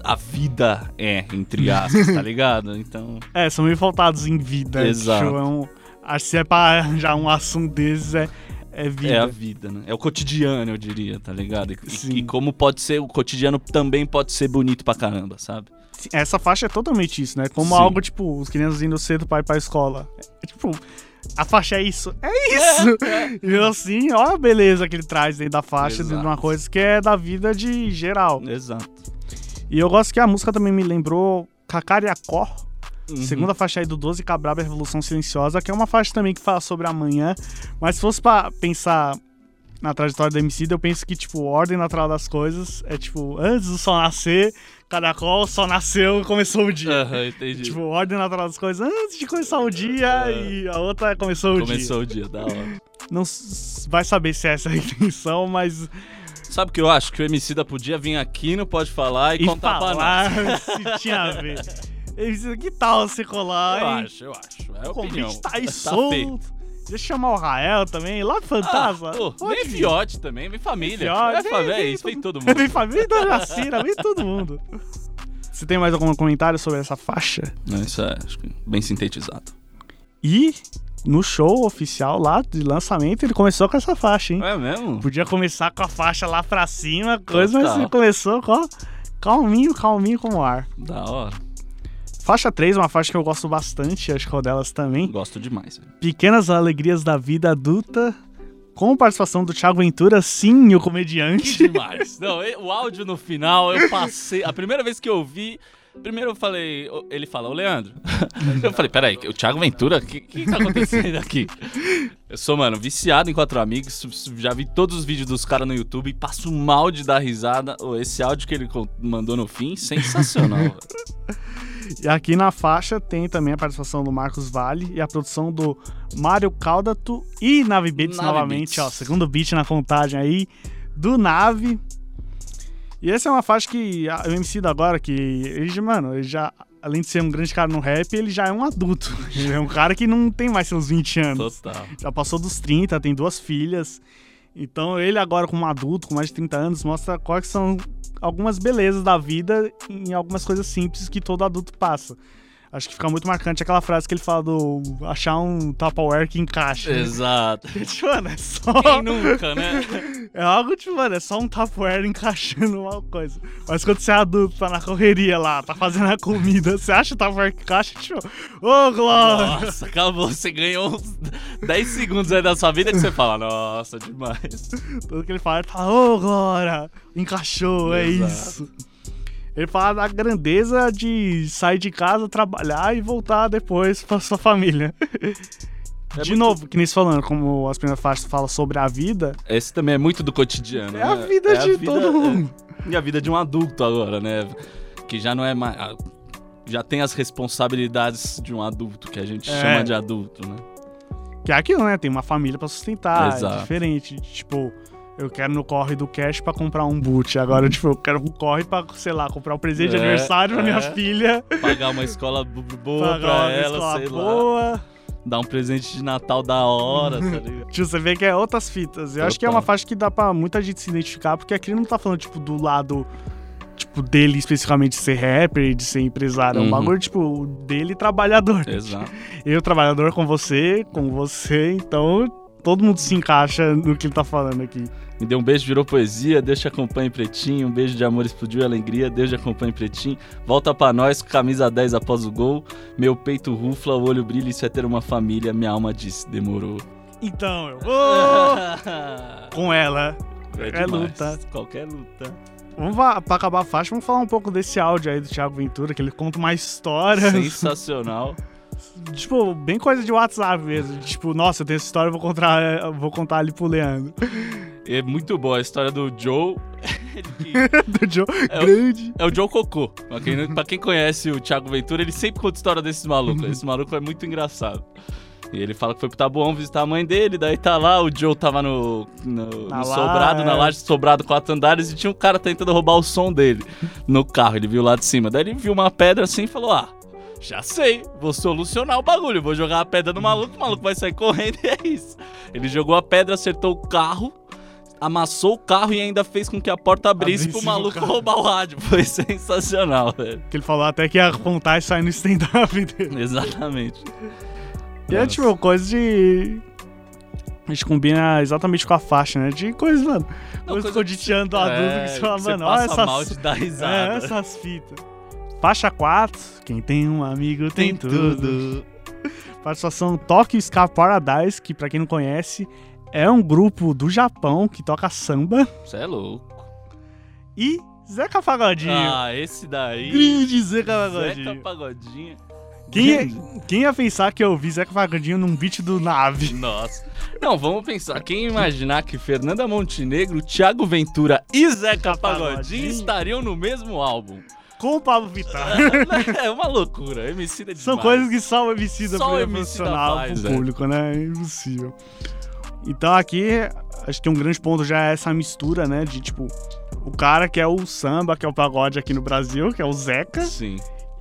A: a vida é, entre aspas, tá ligado? Então,
B: É, são meio faltados em vida.
A: Exato.
B: Tipo, é um- acho que se é pra arranjar um assunto desses, é, é
A: é a
B: vida.
A: vida, né? É o cotidiano, eu diria, tá ligado? E,
B: Sim.
A: e como pode ser, o cotidiano também pode ser bonito pra caramba, sabe?
B: Essa faixa é totalmente isso, né? Como
A: Sim.
B: algo, tipo, os crianças indo cedo pra ir pra escola. É, tipo, a faixa é isso. É isso! E assim, ó a beleza que ele traz dentro da faixa, dentro de uma
A: Exato.
B: coisa que é da vida de geral.
A: Exato.
B: E eu gosto que a música também me lembrou Cacariacó,
A: Uhum.
B: segunda faixa aí do 12 Cabraba Revolução Silenciosa, que é uma faixa também que fala sobre amanhã. Mas se fosse pra pensar na trajetória do MC, eu penso que, tipo, ordem natural das coisas é tipo, antes do sol nascer, caracol só nasceu e começou o dia.
A: Aham, entendi.
B: Tipo, ordem natural das coisas antes de começar o dia e a outra é começou o dia.
A: Começou o dia, da hora.
B: Não s- vai saber se é essa a intenção, mas.
A: Sabe o que eu acho? Que o MC da podia vir aqui no Pode Falar e,
B: E
A: contar pra nós.
B: falar se tinha a ver. MC, que tal você colar?
A: Eu
B: hein?
A: acho, eu acho. É
B: O
A: opinião.
B: convite tá aí
A: feito.
B: solto. Deixa eu chamar o Rael também, lá do Fantasma.
A: Ah, pô,
B: Pode
A: vem
B: vir.
A: Fiote também, vem família.
B: Fiote,
A: é, fa-
B: vem,
A: é
B: vem
A: isso, vem todo mundo.
B: Vem família, vem Dona Jacira, vem todo mundo. Você tem mais algum comentário sobre essa faixa?
A: Não, isso é acho que bem sintetizado.
B: E no show oficial lá de lançamento, ele começou com essa faixa, hein?
A: É mesmo?
B: Podia começar com a faixa lá pra cima, coisa, mas
A: Total.
B: ele começou com calminho, calminho como o ar.
A: Da hora.
B: Faixa 3, uma faixa que eu gosto bastante, acho que é o delas também.
A: Gosto demais. velho.
B: Pequenas Alegrias da Vida Adulta, com participação do Thiago Ventura, sim, o comediante.
A: Demais. Não, e- o áudio no final, eu passei. A primeira vez que eu ouvi, primeiro eu falei. o- Ele fala, ô Leandro. Eu falei, peraí, o Thiago Ventura? O que, que tá acontecendo aqui? Eu sou, mano, viciado em quatro amigos. su- su- Já vi todos os vídeos dos caras no YouTube e passo mal de dar risada. Ô, Esse áudio que ele co- mandou no fim, sensacional. velho.
B: E aqui na faixa tem também a participação do Marcos Vale e a produção do Mário Caldato e Nave Beats
A: Nave
B: novamente,
A: Beats.
B: ó. Segundo beat na contagem aí do Nave. E essa é uma faixa que a- o MC da agora, que ele, já- mano, ele já, além de ser um grande cara no rap, ele já é um adulto. Ele é um cara que não tem mais seus 20 anos.
A: Total.
B: Já passou dos 30, tem duas filhas. Então ele agora como adulto, com mais de 30 anos, mostra quais são algumas belezas da vida em algumas coisas simples que todo adulto passa. Acho que fica muito marcante aquela frase que ele fala do achar um Tupperware que encaixa. né?
A: Exato.
B: Gente, Mano, é só.
A: Quem nunca, né?
B: É algo tipo, mano, é só um Tupperware encaixando uma coisa. Mas quando você é adulto, tá na correria lá, tá fazendo a comida, você acha o Tupperware que encaixa, tipo, ô, Glória!
A: Nossa, acabou. Você ganhou uns 10 segundos aí da sua vida que você fala, nossa, demais.
B: Tudo que ele fala, ele fala, ô Glória, encaixou, é
A: Exato.
B: isso. Ele fala da grandeza de sair de casa, trabalhar e voltar depois pra sua família. de
A: É muito-
B: novo, que nem se falando, como as primeiras faixas falam sobre a vida,
A: Esse também é muito do cotidiano.
B: é a
A: né?
B: vida
A: É
B: de
A: vida-
B: todo mundo.
A: é- e a vida de um adulto agora, né? Que já não é mais. ah, Já tem as responsabilidades de um adulto, que a gente
B: É.
A: chama de adulto, né?
B: Que é aquilo, né? Tem uma família pra sustentar, é
A: Exato.
B: diferente. Tipo, eu quero no corre do cash pra comprar um boot. Agora, tipo, eu quero no corre pra, sei lá, comprar um presente de
A: É,
B: aniversário pra minha
A: é.
B: filha.
A: Pagar uma escola bo- bo- boa
B: pagar
A: pra
B: uma
A: ela,
B: escola
A: sei lá.
B: boa.
A: Dar um presente de Natal da hora, tá ligado?
B: Tipo, você vê que é outras fitas. Eu acho que é uma
A: Total.
B: faixa que dá pra muita gente se identificar, porque aqui ele não tá falando, tipo, do lado, tipo, dele especificamente de ser rapper e de ser empresário. É um
A: Uhum. É.
B: bagulho, tipo, dele trabalhador.
A: Exato.
B: Eu trabalhador com você, com você, então todo mundo se encaixa no que ele tá falando aqui.
A: Me deu um beijo, virou poesia. Deus te acompanhe, pretinho. Um beijo de amor explodiu e alegria. Deus te acompanhe, pretinho. Volta pra nós, camisa 10 após o gol. Meu peito rufla, o olho brilha. Isso é ter uma família. Minha alma disse, demorou.
B: Então, eu vou com ela. É
A: demais.
B: luta.
A: Qualquer luta.
B: Vamos va- pra acabar a faixa, vamos falar um pouco desse áudio aí do Thiago Ventura, que ele conta uma história.
A: Sensacional.
B: Tipo, bem coisa de WhatsApp mesmo. Tipo, nossa, eu tenho essa história, eu vou contar, eu vou contar ali pro Leandro.
A: É muito boa a história do Joe. Ele que-
B: do Joe.
A: É o-
B: grande.
A: É o Joe Cocô. Pra quem, não- pra quem conhece o Thiago Ventura, ele sempre conta história desses malucos. Esse maluco é muito engraçado. E ele fala que foi pro Taboão visitar a mãe dele, daí tá lá, o Joe tava no, no, no
B: Na
A: sobrado,
B: laje.
A: na laje do sobrado, quatro andares, e tinha um cara tentando roubar o som dele no carro, ele viu lá de cima. Daí ele viu uma pedra assim e falou, ah, já sei, vou solucionar o bagulho, vou jogar a pedra no maluco, o maluco vai sair correndo e é isso. Ele jogou a pedra, acertou o carro, amassou o carro e ainda fez com que a porta abrisse
B: Abrisse
A: pro
B: no
A: maluco
B: carro.
A: roubar o rádio. Foi sensacional, velho.
B: Que ele falou até que ia contar e sair no stand-up dele.
A: Exatamente.
B: E é tipo coisa de. A gente combina exatamente com a faixa, né? De coisas, mano.
A: Não,
B: coisa
A: coisa É,
B: cotidiana do adulto Tá que você fala,
A: que
B: mano, olha
A: passa
B: essas.
A: mal de dar risada.
B: é, essas fitas. Faixa 4, quem tem um amigo tem,
A: Tem
B: tudo.
A: tudo.
B: Participação Tokyo Ska Paradise, que pra quem não conhece, é um grupo do Japão que toca samba.
A: Você é louco.
B: E Zeca Pagodinho.
A: Ah, esse daí.
B: Grande Zeca
A: Zeca
B: Pagodinho.
A: Pagodinho.
B: Quem, ia, quem ia pensar que eu vi Zeca Pagodinho num beat do Nave?
A: Nossa. Não, vamos pensar. Quem imaginar que Fernanda Montenegro, Thiago Ventura e Zeca Pagodinho
B: Pagodinho.
A: estariam no mesmo álbum?
B: Com o Pablo Vittar.
A: é uma loucura. MC é
B: São
A: demais.
B: coisas que só o MC da
A: Só o
B: primeira
A: MC da
B: profissional
A: paz,
B: pro
A: é.
B: público, né? É impossível. Então aqui, acho que um grande ponto já é essa mistura, né? De tipo, o cara que é o samba, que é o pagode aqui no Brasil, que é o Zeca,
A: Sim.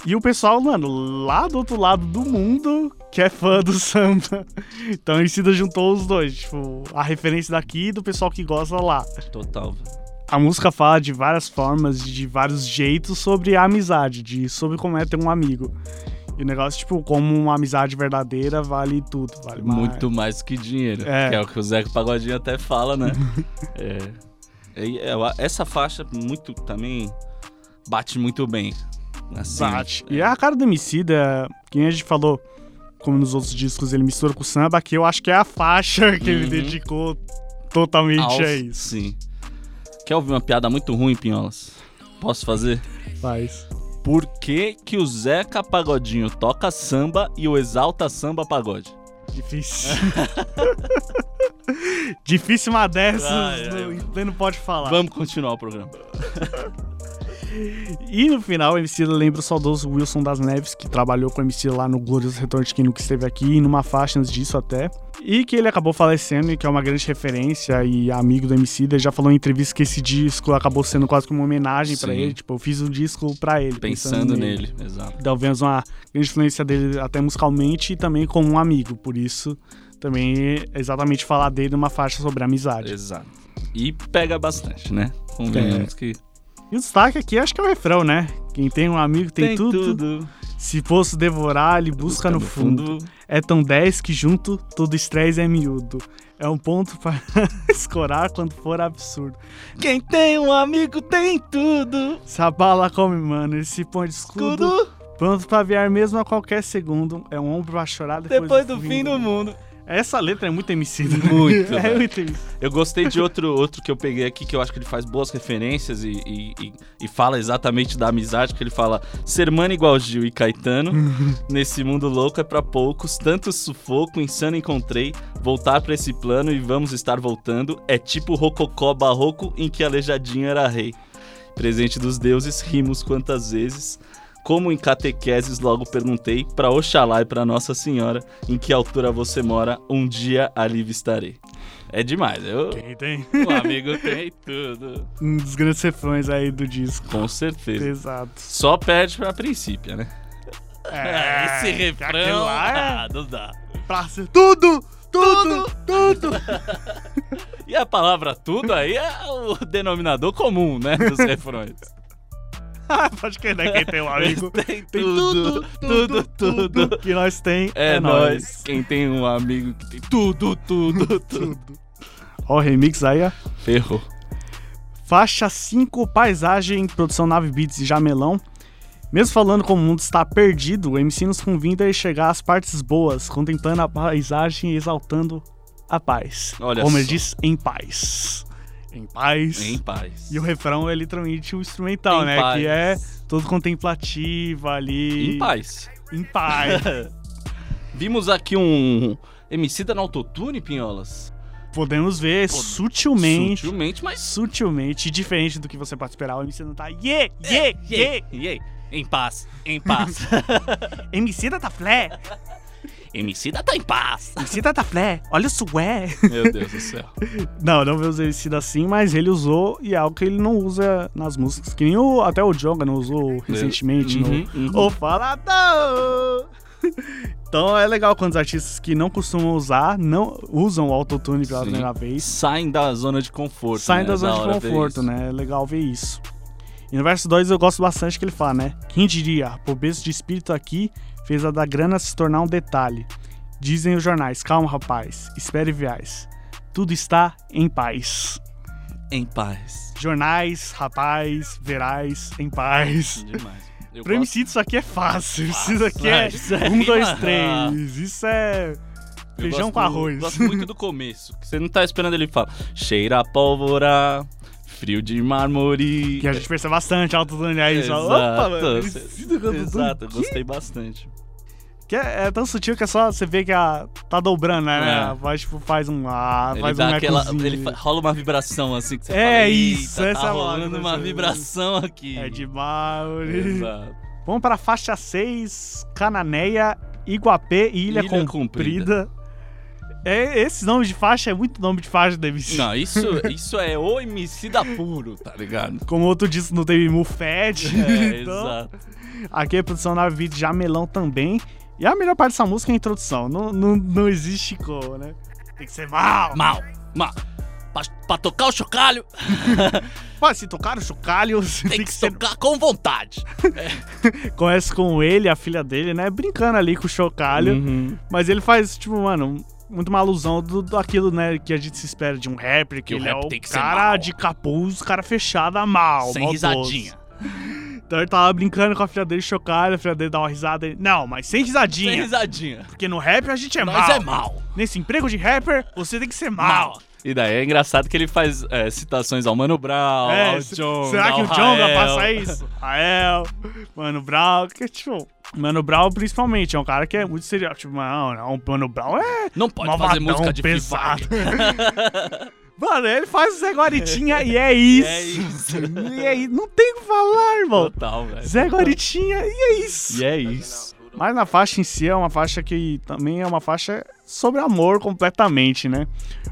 B: e o pessoal, mano, lá do outro lado do mundo, que é fã do samba. Então a Emicida juntou os dois, tipo, a referência daqui e do pessoal que gosta lá.
A: Total. velho.
B: A música fala de várias formas, de vários jeitos sobre a amizade, de sobre como é ter um amigo. E o negócio, tipo, como uma amizade verdadeira vale tudo, vale mais.
A: Muito mais que dinheiro.
B: É.
A: Que é o que o Zeca Pagodinho até fala, né? é. E, é, eu- Essa faixa muito também bate muito bem. Assim,
B: Bate. E é a cara do Emicida, quem a gente falou, como nos outros discos ele mistura com o samba, que eu acho que é a faixa que ele
A: Uhum.
B: dedicou totalmente
A: Aos-
B: a isso.
A: Sim. Quer ouvir uma piada muito ruim, Pinholas? Posso fazer?
B: Faz.
A: Por que, que o Zeca Pagodinho toca samba e o Exalta Samba Pagode?
B: Difícil. Difícil uma dessas,
A: Ai, ai,
B: não- ele não pode falar.
A: Vamos continuar o programa.
B: E no final, o MC lembra o saudoso Wilson das Neves, que trabalhou com o MC lá no Glorioso Retorno de Quem Nunca Esteve Aqui, e numa faixa antes disso até. E que ele acabou falecendo e que é uma grande referência e amigo do MC. Ele já falou em entrevista que esse disco acabou sendo quase que uma homenagem pra
A: Sim.
B: ele. Tipo, eu fiz um disco pra ele.
A: Pensando nele. Exato.
B: Talvez uma grande influência dele até musicalmente e também como um amigo. Por isso, também é exatamente falar dele numa faixa sobre amizade.
A: Exato. E pega bastante, né? Convenhamos que
B: E o destaque aqui acho que é o refrão, né? Quem tem um amigo tem, tudo. Se posso devorar, ele busca, no fundo. É tão 10 que junto, todo estresse é miúdo. É um ponto para escorar quando for absurdo.
A: Quem tem um amigo tem tudo.
B: Se a bala come, mano, ele se põe de escudo.
A: Tudo
B: Pronto pra viar mesmo a qualquer segundo. É um ombro pra chorar depois,
A: depois do fim do mundo.
B: Essa letra é muito MC. né?
A: Muito,
B: é
A: velho.
B: muito MC.
A: Eu gostei de outro, outro que eu peguei aqui, que eu acho que ele faz boas referências e, e, e- e fala exatamente da amizade, que ele fala ser mano igual Gil e Caetano, nesse mundo louco é pra poucos, tanto sufoco, insano encontrei, voltar pra esse plano e vamos estar voltando, é tipo rococó barroco em que aleijadinho era rei. Presente dos deuses, rimos quantas vezes... Como em catequeses, logo perguntei pra Oxalá e pra Nossa Senhora em que altura você mora, um dia ali estarei. É demais, eu,
B: Quem tem?
A: o amigo tem tudo.
B: Um dos grandes refrões aí do disco.
A: Com certeza.
B: Exato.
A: Só perde pra princípio, né? É, Esse
B: aquele
A: refrão.
B: lá é
A: ah, não dá.
B: Pra ser tudo, tudo, tudo.
A: E a palavra tudo aí é o denominador comum, né? Dos refrões.
B: Pode crer, né? Quem tem um amigo.
A: tem
B: Tem
A: tudo, tudo, tudo.
B: que nós tem
A: É,
B: nóis.
A: nós. Quem tem um amigo que tem tudo, tudo, tudo.
B: Ó, o remix aí, ó.
A: Ferrou.
B: Faixa 5, Paisagem, produção Nave Beats e Jamelão. Mesmo falando como o mundo está perdido, o MC nos convida a chegar às partes boas, contemplando a paisagem e exaltando a paz.
A: Olha
B: como
A: só.
B: ele diz, em paz. Em paz.
A: Em paz.
B: E o refrão é literalmente o instrumental,
A: Em
B: né?
A: paz.
B: Que é todo contemplativo ali.
A: Em paz.
B: Em paz.
A: Vimos aqui um MC da no autotune, Pinholas.
B: Podemos ver
A: Pod-
B: sutilmente.
A: Sutilmente, mas
B: Sutilmente, diferente do que você pode esperar, o MC não tá. Yeah,
A: É,
B: yeah, yeah!
A: Yeah, yeah. Em paz, em paz.
B: MC da Taflé!
A: MC da tá em paz.
B: MC da Taflé! Olha o sué!
A: Meu Deus do céu.
B: Não, não vê os MC assim, mas ele usou e é algo que ele não usa nas músicas. Que nem o, até o Jonga não usou recentemente.
A: Uhum,
B: no,
A: uhum.
B: O Falador! Então é legal quando os artistas que não costumam usar, não usam o autotune pela
A: Sim.
B: primeira vez,
A: Saem da zona de conforto.
B: saem
A: né?
B: da zona
A: hora
B: de
A: ver
B: conforto,
A: isso.
B: né? É legal ver isso. E no verso 2 eu gosto bastante que ele fala, né? Quem diria, a pobreza de espírito aqui fez a da grana se tornar um detalhe. Dizem os jornais, calma rapaz, espere viés. Tudo está em paz.
A: Em paz.
B: Jornais, rapaz, verais, em paz.
A: Demais. Eu
B: Pra
A: gosto-
B: MC isso aqui é fácil. Isso daqui
A: vai,
B: é
A: isso aí,
B: um, dois,
A: mano.
B: três. Isso é
A: eu
B: feijão
A: gosto
B: com
A: do-
B: arroz.
A: Gosto muito do começo. que Você não tá esperando ele falar. Cheira a pólvora, frio de mármore.
B: Que a gente percebe bastante alto tune aí. Só,
A: Exato.
B: opa, mano.
A: Cê-
B: MC do Canto
A: Exato, eu
B: Tune,
A: gostei bastante.
B: Que é, é tão sutil que é só você ver que a, tá dobrando, né?
A: É.
B: A voz tipo, faz um. Ah,
A: Ele
B: faz
A: dá
B: um
A: aquela.
B: ecozinho.
A: Ele fa- rola uma vibração assim que você
B: É
A: fala.
B: isso,
A: "Eita,
B: essa é
A: tá
B: a
A: rolando
B: palavra,
A: uma
B: essa-
A: vibração aqui.
B: É de Mauri.
A: Exato.
B: Vamos pra faixa 6, Cananeia, Iguapé e Ilha,
A: Ilha
B: Comprida. É, esse nome de faixa é muito nome de faixa da MC.
A: Não, isso, isso é o MC da puro, tá ligado?
B: Como outro disse, não teve Mufed.
A: É,
B: então,
A: exato.
B: Aqui é produção na Vida Jamelão também. E a melhor parte dessa música é a introdução. Não, não, não existe como, né? Tem que ser mal.
A: Mal, mal. Pra, pra tocar o chocalho,
B: Pô, se tocar o chocalho, tem,
A: tem
B: tem
A: que
B: que ser.
A: tocar com vontade.
B: Começa com ele, a filha dele, né? Brincando ali com o chocalho.
A: Uhum.
B: Mas ele faz, tipo, mano, muito uma alusão do, do aquilo, né? Que a gente se espera de um rapper, que,
A: Que o
B: ele é
A: rap
B: o
A: tem que ser
B: cara
A: mal.
B: de capuz, cara fechada mal.
A: Sem
B: maldoso.
A: risadinha.
B: Então ele tava brincando com a filha dele, chocalho, a filha dele dá uma risada. Ele, não, mas sem risadinha.
A: Sem risadinha.
B: Porque no rap a gente é
A: Nós
B: mal.
A: é mal.
B: Nesse emprego de rapper, você tem que ser mal.
A: Mal. E daí é engraçado que ele faz é, citações ao Mano Brown,
B: É,
A: ao
B: se-
A: John.
B: será que
A: ao
B: o Jonga
A: Rael.
B: passa isso? Rael, Mano Brown, que tipo. Mano Brown, principalmente, é um cara que é muito serial. Tipo, não, não, Mano Brown é.
A: Não pode fazer
B: malvadão,
A: música de Free
B: pesado.
A: Fire.
B: Mano, ele faz o Zé Guaritinha e é isso.
A: É isso.
B: E é isso. Não tem o que falar, irmão.
A: Total, é velho.
B: Zé Guaritinha e é isso.
A: E é isso.
B: Mas na faixa em si é uma faixa que também é uma faixa sobre amor completamente, né?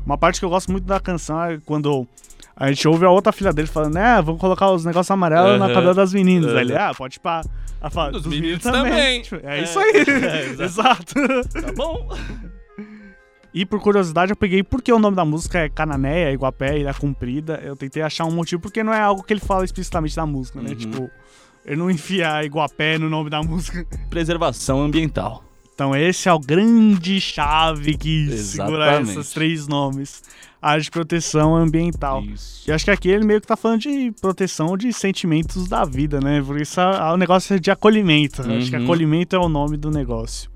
B: Uma parte que eu gosto muito da canção é quando a gente ouve a outra filha dele falando, né, vamos colocar os negócios amarelos na
A: Aham.
B: cadeira das meninas.
A: Aham.
B: Aí ele, ah, pode pá. Ela fala,
A: Dos
B: "Dos
A: meninos também."
B: Tipo, É,
A: É,
B: isso aí.
A: é, exato.
B: exato.
A: Tá bom?
B: E por curiosidade, eu peguei porque o nome da música é Cananéia, Iguapé, Ilha Comprida. Eu tentei achar um motivo, porque não é algo que ele fala explicitamente da música, né?
A: Uhum.
B: Tipo, ele não enfia Iguapé no nome da música.
A: Preservação ambiental.
B: Então esse é o grande chave que segura
A: Exatamente.
B: esses três nomes. A de proteção ambiental.
A: Isso.
B: E acho que aqui ele meio que tá falando de proteção de sentimentos da vida, né? Por isso a- a- o negócio é de acolhimento. Acho que
A: Uhum.
B: acolhimento é o nome do negócio.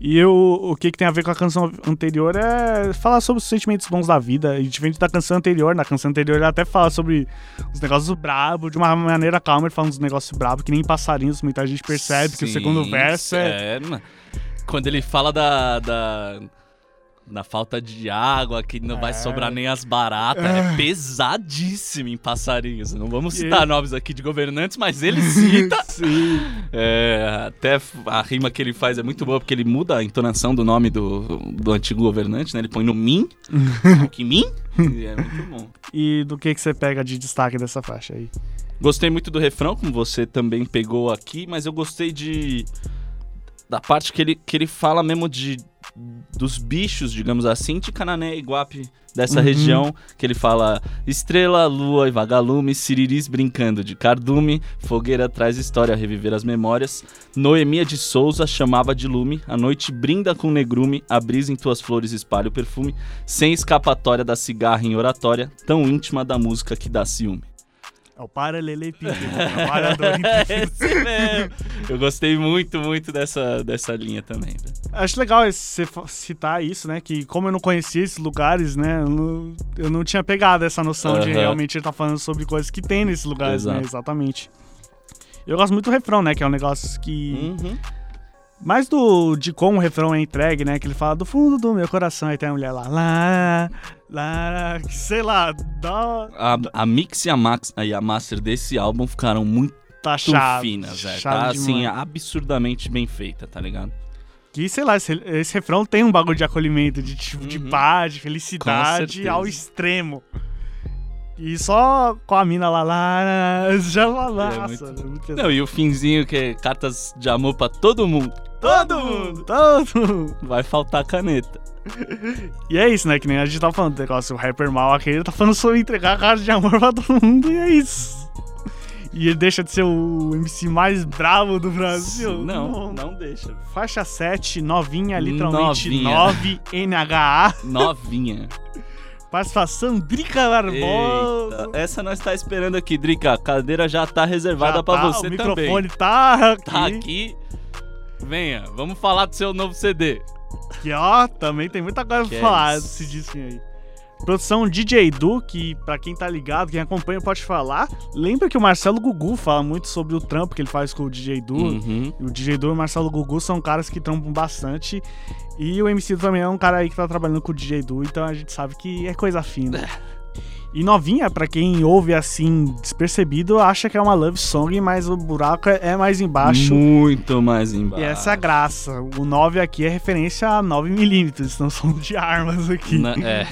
B: E eu- o que, que tem a ver com a canção anterior é falar sobre os sentimentos bons da vida. E diferente da canção anterior, na canção anterior ele até fala sobre os negócios brabo, de uma maneira calma, ele fala uns negócios brabo, que nem passarinhos, muita gente percebe que o
A: Sim,
B: segundo verso é
A: mano. Quando ele fala da. da... Na falta de água, que não
B: É.
A: vai sobrar nem as baratas. É pesadíssimo em passarinhos. Não vamos citar
B: ele-
A: nomes aqui de governantes, mas ele cita.
B: Sim.
A: É, até f- a rima que ele faz é muito boa, porque ele muda a entonação do nome do, do antigo governante, né? Ele põe no Min. que Min? E é muito bom.
B: E do que, que você pega de destaque dessa faixa aí?
A: Gostei muito do refrão, como você também pegou aqui, mas eu gostei de. da parte que ele, que ele fala mesmo de. dos bichos, digamos assim, de Canané e Guape dessa região, que ele fala estrela, lua e vagalume, siriris brincando de cardume, fogueira traz história, reviver as memórias, Noemia de Souza chamava de lume, a noite brinda com negrume, a brisa em tuas flores espalha o perfume, sem escapatória da cigarra em oratória, tão íntima da música que dá ciúme.
B: É o paralelepípedo, né? trabalhador indefinito.
A: É Esse mesmo. Eu gostei muito, muito dessa, dessa linha também. velho.
B: Acho legal esse- você fa- citar isso, né? Que como eu não conhecia esses lugares, né? Eu não, eu não tinha pegado essa noção de
A: Aham.
B: realmente ele tá falando sobre coisas que tem nesses lugares, né?
A: Exato.
B: Exatamente. Eu gosto muito do refrão, né? Que é um negócio que...
A: Hum.
B: Mais do de como o refrão é entregue, né? Que ele fala do fundo do meu coração, aí tem a mulher lá, lá, lá, que sei lá, dá,
A: A, a Mix e a, Max, e a Master desse álbum ficaram muito
B: tá chave.
A: finas, velho.
B: chave
A: Tá, assim,
B: demais.
A: absurdamente bem feita, tá ligado?
B: Que, sei lá, esse, esse refrão tem um bagulho de acolhimento, de, tipo, de
A: Uhum.
B: paz, de
A: Com
B: felicidade
A: certeza.
B: ao extremo. E só com a mina lá, lá, lá, já lá, lá,
A: É
B: nossa,
A: muito-
B: é muito pesado.
A: Não, e o finzinho que é cartas de amor pra todo mundo. Todo mundo!
B: Todo.
A: Vai faltar caneta.
B: E é isso, né? Que nem a gente tava falando do negócio. O rapper mal aquele tá falando sobre entregar a casa de amor pra todo mundo e é isso. E ele deixa de ser o MC mais bravo do Brasil.
A: Não, não deixa.
B: Faixa 7, novinha, literalmente
A: Novinha.
B: 9 NHA.
A: Novinha.
B: Participação Drica Barbosa.
A: Eita, essa nós tá esperando aqui, Drica. A cadeira já tá reservada
B: Já
A: pra
B: tá,
A: você
B: O
A: também.
B: microfone tá aqui.
A: Tá aqui. Venha, vamos falar do seu novo CD.
B: Que ó, também tem muita coisa
A: Que
B: pra
A: é
B: falar
A: isso.
B: desse disquinho aí. Produção DJ Du, que pra quem tá ligado, quem acompanha pode falar. Lembra que o Marcelo Gugu fala muito sobre o trampo que ele faz com o DJ Du.
A: Uhum.
B: O DJ Du e o Marcelo Gugu são caras que trampam bastante. E o MC Du também é um cara aí que tá trabalhando com o DJ Du, então a gente sabe que é coisa fina. E novinha, pra quem ouve assim, despercebido, acha que é uma love song, mas o buraco é mais embaixo.
A: tá Muito mais embaixo.
B: E essa é a graça. O 9 aqui é referência a 9mm, estamos falando de armas aqui.
A: Na- é.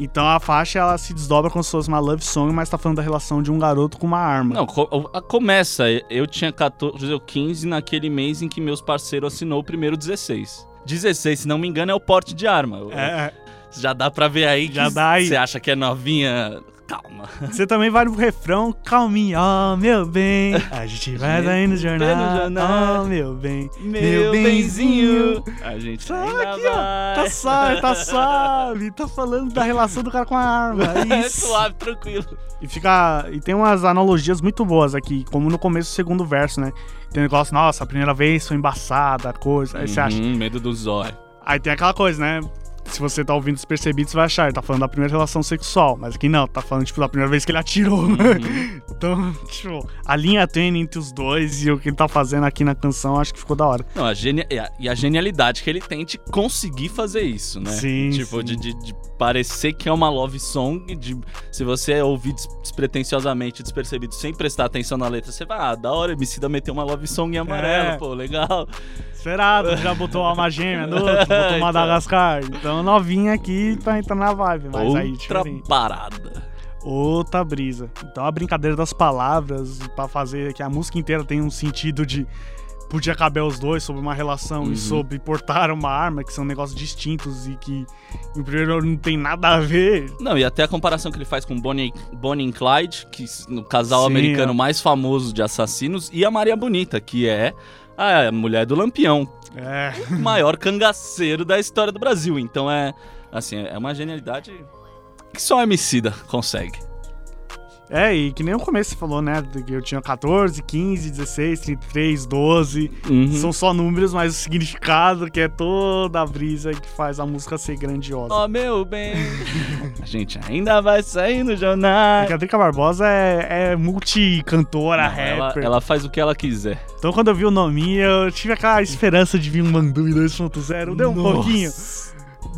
B: Então a faixa ela se desdobra como se fosse uma love song, mas tá falando da relação de um garoto com uma arma.
A: Não, co- a- começa. Eu tinha 14, ou 15 naquele mês em que meus parceiros assinou o primeiro 16. 16, se não me engano, é o porte de arma.
B: É,
A: Já dá pra ver aí que
B: Já dá aí.
A: você acha que é novinha. Calma.
B: você também vai no refrão, calminha, ó meu bem. A gente vai
A: Gente,
B: daí no
A: vai
B: jornal,
A: no jornal.
B: ó meu bem.
A: Meu benzinho. A gente
B: Só
A: ainda
B: aqui, ó. Tá
A: vai.
B: suave, tá suave. Tá falando da relação do cara com a arma. é
A: É
B: Isso.
A: suave, tranquilo.
B: E fica. E tem umas analogias muito boas aqui, como no começo do segundo verso, né? Tem um negócio, nossa, a primeira vez foi embaçada, coisa. Aí você acha.
A: Uhum, medo do zóio.
B: Aí tem aquela coisa, né? Se você tá ouvindo despercebido, você vai achar, ele tá falando da primeira relação sexual, mas aqui não, tá falando, tipo, da primeira vez que ele atirou,
A: Uhum.
B: né? Então, tipo, a linha tênue entre os dois e o que ele tá fazendo aqui na canção, acho que ficou da hora.
A: Não, a genia... e a- e a genialidade que ele tem de conseguir fazer isso, né?
B: Sim,
A: Tipo,
B: sim.
A: De, de- de parecer que é uma love song, de se você é ouvir des- despretensiosamente, despercebido, sem prestar atenção na letra, você vai, ah, da hora, MC da meteu uma love song em amarelo,
B: É.
A: pô, legal.
B: Esperado, já botou alma gêmea no outro, botou
A: Então.
B: Madagascar. Então, novinha aqui tá entrando na vibe, mas aí, é tipo assim,
A: Outra
B: diferente.
A: parada.
B: Outra brisa. Então a brincadeira das palavras pra fazer que a música inteira tem um sentido de podia caber os dois sobre uma relação
A: Uhum.
B: e sobre portar uma arma, que são negócios distintos e que em primeiro lugar, não tem nada a ver.
A: Não, e até a comparação que ele faz com Bonnie, Bonnie e Clyde, que s- no casal
B: Sim,
A: americano
B: é.
A: mais famoso de assassinos, e a Maria Bonita, que é a mulher do Lampião,
B: É.
A: maior cangaceiro da história do Brasil. Então é, assim, é uma genialidade que só a Emicida consegue.
B: É, e que nem o começo você falou, né? de que Eu tinha 14, 15, 16, 33, 12.
A: Uhum.
B: São só números, mas o significado que é toda a brisa que faz a música ser grandiosa.
A: Ó, Oh, meu bem, a gente ainda vai sair no jornal.
B: Porque a Drica Barbosa é, é multicantora,
A: Não, ela,
B: rapper.
A: ela faz o que ela quiser.
B: Então quando eu vi o nominho, eu tive aquela esperança de vir um Mandume 2.0. Deu um
A: Nossa.
B: pouquinho.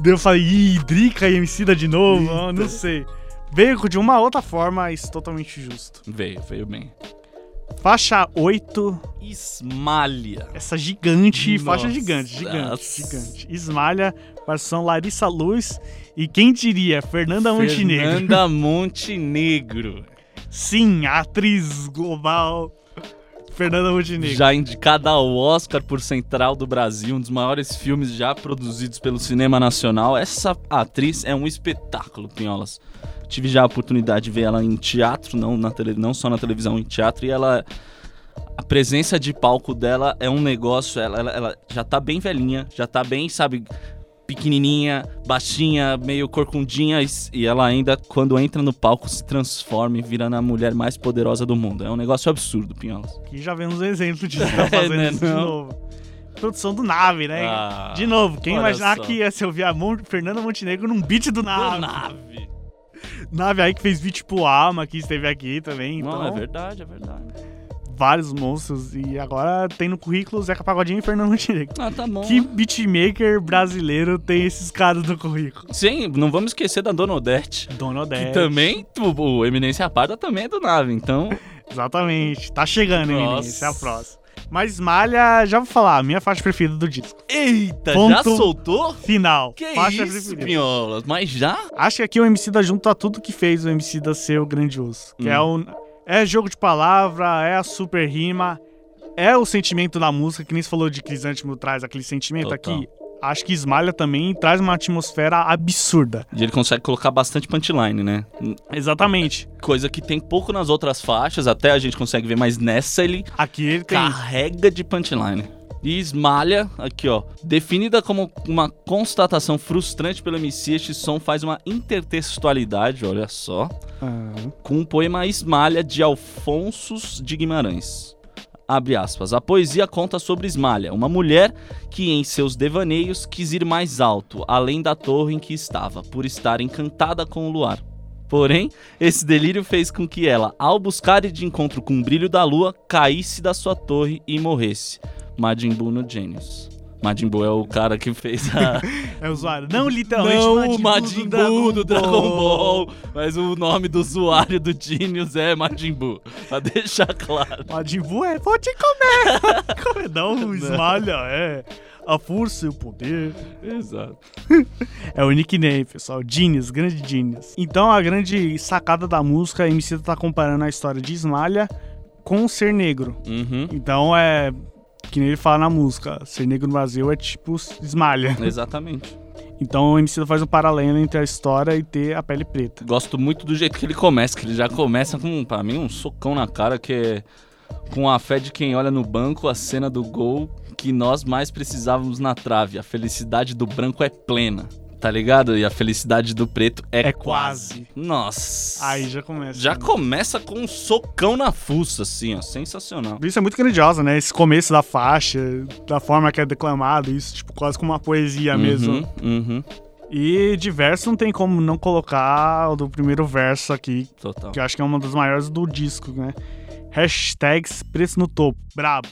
B: Daí eu falei, ih, Drica e Emicida de novo, ah, não sei. Veio de uma outra forma, isso totalmente justo.
A: Veio, veio bem.
B: Faixa 8,
A: Esmalha.
B: essa gigante,
A: Nossa.
B: faixa gigante, gigante, gigante. Esmalha, versão Larissa Luz e quem diria, Fernanda Montenegro.
A: Fernanda Montenegro.
B: Sim, a atriz global, Fernanda Montenegro.
A: Já indicada ao Oscar por Central do Brasil, um dos maiores filmes já produzidos pelo cinema nacional. Essa atriz é um espetáculo, Pinholas. Tive já a oportunidade de ver ela em teatro, não, na tele, não só na televisão, em teatro, e ela. A presença de palco dela é um negócio. Ela, ela- ela já tá bem velhinha, já tá bem, sabe, pequenininha, baixinha, meio corcundinha, e, s- e ela ainda, quando entra no palco, se transforma e vira na mulher mais poderosa do mundo. É um negócio absurdo, Pinholas.
B: Aqui já vemos um exemplo de tá fazendo
A: né,
B: isso de
A: não?
B: novo. Produção do Nave, né?
A: Ah,
B: de novo, quem
A: olha
B: imaginar
A: só.
B: que ia se ouvir a Mon Fernanda Montenegro num beat do
A: Ah,
B: Nave.
A: nave.
B: Nave aí que fez beat pro Alma, que esteve aqui também. Então,
A: Não, é verdade, é verdade.
B: vários monstros. E agora tem no currículo Zeca Pagodinho e Fernanda Montenegro.
A: Ah, tá bom.
B: Que beatmaker brasileiro tem esses caras no currículo?
A: Sim, não vamos esquecer da Dona Odete.
B: Dona Odete.
A: Que também, tu- o Eminência Parda também é do nave, então...
B: Exatamente. Tá chegando, hein,
A: Nossa.
B: Essa é a próxima. Mas Malha, já vou falar, a minha faixa preferida do disco.
A: Eita, já
B: Ponto.
A: soltou?
B: Final.
A: Que
B: faixa
A: isso,
B: preferida.
A: Pinholas, mas já?
B: Acho que aqui o MC da junta tá tudo que fez o MC
A: Hum.
B: da ser o grandioso. Que é o. É jogo de palavra, é a super rima, é o sentimento da música, que nem você falou de Crisântimo traz aquele sentimento
A: Total.
B: aqui. Acho que Esmalha também traz uma atmosfera absurda.
A: E ele consegue colocar bastante punchline, né?
B: Exatamente.
A: Coisa que tem pouco nas outras faixas, até a gente consegue ver, mas nessa ele
B: Aqui ele tem.
A: carrega de punchline. E esmalha, aqui ó, definida como uma constatação frustrante pelo MC, este som faz uma intertextualidade, olha só,
B: Ah,
A: com o poema Esmalha de Alfonsos de Guimarães. Abre aspas. A poesia conta sobre Esmalha, uma mulher que em seus devaneios quis ir mais alto, além da torre em que estava, por estar encantada com o luar. Porém, esse delírio fez com que ela, ao buscar ir de encontro com o brilho da lua, caísse da sua torre e morresse. Majin Buu no Genius. Majin Buu é o cara que fez a,
B: é o usuário. Não,
A: Então,
B: literalmente.
A: não o
B: Majin
A: Majin
B: Buu
A: Buu do Dragon Ball, mas o nome do usuário do Genius é Majin Buu, pra deixar claro.
B: Majin Buu é, vou te comer. Comedão, Esmalha, é. A força e o poder.
A: Exato.
B: É o nickname, pessoal. Genius, grande Genius. Então, a grande sacada da música, a MC tá comparando a história de Esmalha com Ser Negro.
A: Uhum.
B: Então, é... Que nem ele fala na música, ser negro no Brasil é tipo esmalha.
A: É. Exatamente.
B: Então o MC faz um paralelo entre a história e ter a pele preta.
A: Gosto muito do jeito que ele começa, que ele já começa com, pra mim, um socão na cara, que é com a fé de quem olha no banco, a cena do gol que nós mais precisávamos na trave. A felicidade do branco é plena, tá ligado? E a felicidade do preto é,
B: É
A: quase.
B: quase.
A: Nossa.
B: Aí já começa.
A: Já
B: né?
A: começa com um socão na fuça, assim, ó. Sensacional.
B: Isso é muito grandiosa, né? Esse começo da faixa, da forma que é declamado, isso, tipo, quase como uma poesia mesmo.
A: Uhum, uhum,
B: E de verso não tem como não colocar o do primeiro verso aqui,
A: total.
B: que eu acho que é uma das maiores do disco, né? Hashtags preço no topo, brabo.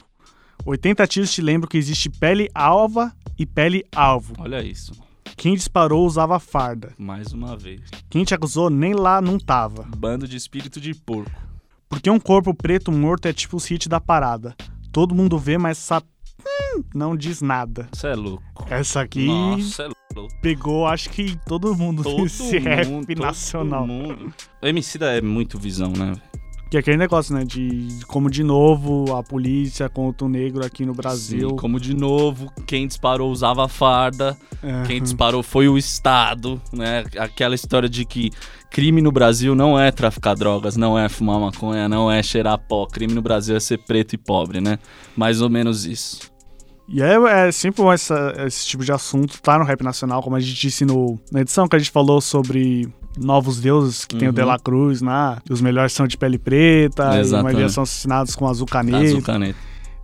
B: 80 tiros te lembram que existe pele alva e pele alvo.
A: Olha isso,
B: Quem disparou usava farda.
A: mais uma vez.
B: Quem te acusou nem lá não tava.
A: Bando de espírito de porco.
B: Porque um corpo preto morto é tipo os hits da parada. Todo mundo vê, mas sa... hum, não diz nada.
A: Você é louco.
B: Essa aqui
A: Nossa, é louco.
B: pegou, acho que todo mundo
A: Todo
B: desse
A: mundo,
B: rap
A: todo
B: nacional.
A: mundo. O MC da é muito visão, né?
B: Que é aquele negócio, né? De como, de novo, a polícia contra o negro aqui no Brasil.
A: Sim, como de novo, quem disparou usava farda, quem disparou foi o Estado, né? Aquela história de que crime no Brasil não é traficar drogas, não é fumar maconha, não é cheirar pó. Crime no Brasil é ser preto e pobre, né? Mais ou menos isso.
B: E é, é sempre bom essa- esse tipo de assunto tá no rap nacional, como a gente disse no, na edição que a gente falou sobre novos deuses, que tem o
A: Uhum.
B: De La Cruz, né? E os melhores são de pele preta, e a maioria
A: Exatamente.
B: são assassinados com azul caneta.
A: Azul caneta.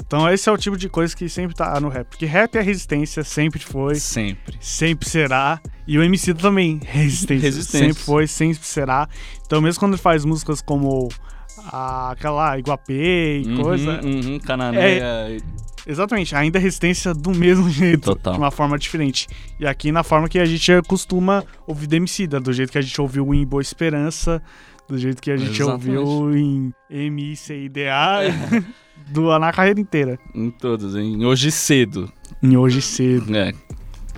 B: Então esse é o tipo de coisa que sempre tá no rap. Porque rap é resistência, sempre foi,
A: Sempre.
B: sempre será. E o MC também, resistência.
A: Resistência.
B: Sempre foi, sempre será. Então mesmo quando ele faz músicas como a- aquela Iguapê e coisa... É.
A: Uhum, uhum, cananeia.
B: Exatamente, ainda é resistência do mesmo jeito.
A: Total.
B: De uma forma diferente. E aqui na forma que a gente costuma ouvir do MC, do jeito que a gente ouviu em Boa Esperança, do jeito que a gente
A: Exatamente.
B: ouviu em MICIDA, do, na carreira inteira.
A: Em todos, hein? Hoje cedo.
B: Em Hoje Cedo.
A: É.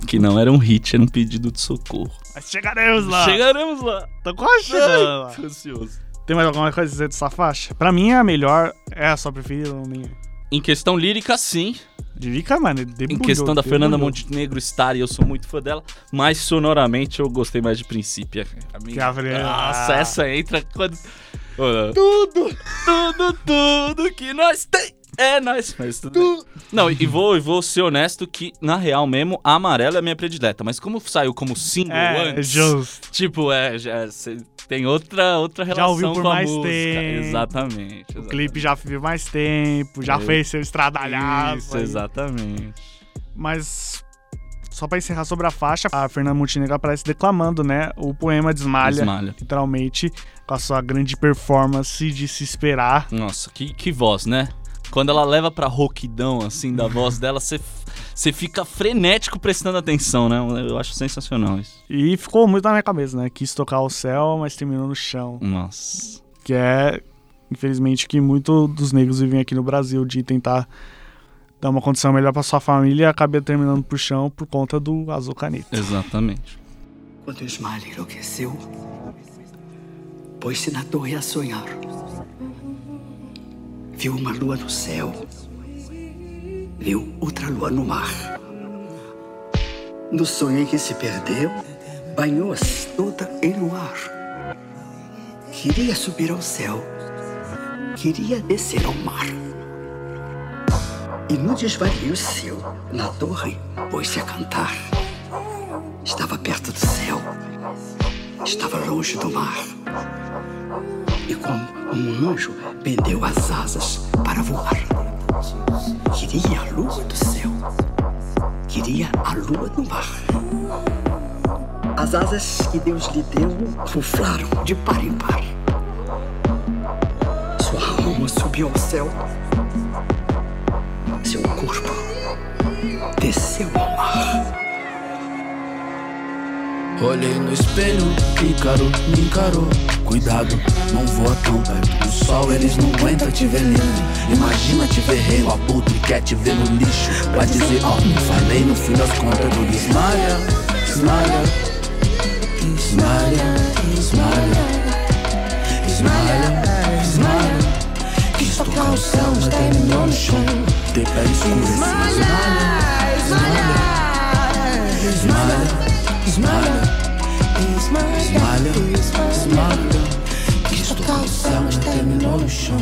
A: Que não era um hit, era um pedido de socorro.
B: Mas chegaremos lá.
A: Chegaremos lá.
B: Tô quase chegando Ah. lá.
A: Tô ansioso.
B: Tem mais alguma coisa a dizer dessa faixa? Pra mim é a melhor, é a sua preferida, não nem.
A: Em questão lírica, sim.
B: Divica, mano, debulhou,
A: Em questão da Fernanda
B: debulhou.
A: Montenegro estar, e eu sou muito fã dela, mas sonoramente eu gostei mais de Princípio. A minha-
B: Que a Fernanda-
A: Nossa,
B: Ah.
A: essa entra quando. Olha. Tudo, tudo, tudo que nós tem é nós. Mas tudo bem. Não, e vou, e vou ser honesto que, na real mesmo, a amarela é a minha predileta. Mas como saiu como single
B: É,
A: antes.
B: justo.
A: Tipo, é, já, cê tem outra, outra relação
B: Já ouviu por
A: com a
B: mais
A: música.
B: tempo.
A: Exatamente.
B: O clipe já viu mais tempo, já
A: É.
B: fez seu estradalhado.
A: Isso,
B: aí.
A: exatamente.
B: Mas só pra encerrar sobre a faixa, a Fernanda Montenegro aparece declamando, né, o poema Desmalha,
A: Desmalha.
B: literalmente, com a sua grande performance de se esperar.
A: Nossa, que, que voz, né? Quando ela leva pra rouquidão, assim, da voz dela, você você fica frenético prestando atenção, né? Eu acho sensacional isso.
B: E ficou muito na minha cabeça, né? Quis tocar o céu, mas terminou no chão.
A: Nossa.
B: que é, infelizmente, o que muitos dos negros vivem aqui no Brasil, de tentar dar uma condição melhor pra sua família e acaba terminando pro chão por conta do azul caneta.
A: Exatamente.
E: Quando Ismael enlouqueceu, pôs-se na torre a sonhar. Viu uma lua no céu viu outra lua no mar. No sonho em que se perdeu, banhou-se toda em luar. Queria subir ao céu, queria descer ao mar. E no desvario seu, na torre, pôs-se a cantar. Estava perto do céu, estava longe do mar. E como um anjo, pendeu as asas para voar. Queria a lua do céu, queria a lua do mar. As asas que Deus lhe deu ruflaram de par em par. Sua alma subiu ao céu, seu corpo desceu ao mar.
D: Olhei no espelho, Ícaro me encarou. Cuidado, não voa tão perto do sol, eles não aguentam te ver lindo. Imagina te ver rei, o abutre quer te ver no lixo. Vai dizer, ó, não falei, no fim das contas tudo esmalha, esmalha, esmalha, esmalha, esmalha, esmalha. Quis tocar o céu, mas terminou no chão. Dei pra escurecer, esmalha, esmalha. Esmalha, esmalha, esmalha. Quis tocar o céu, mas terminou no chão.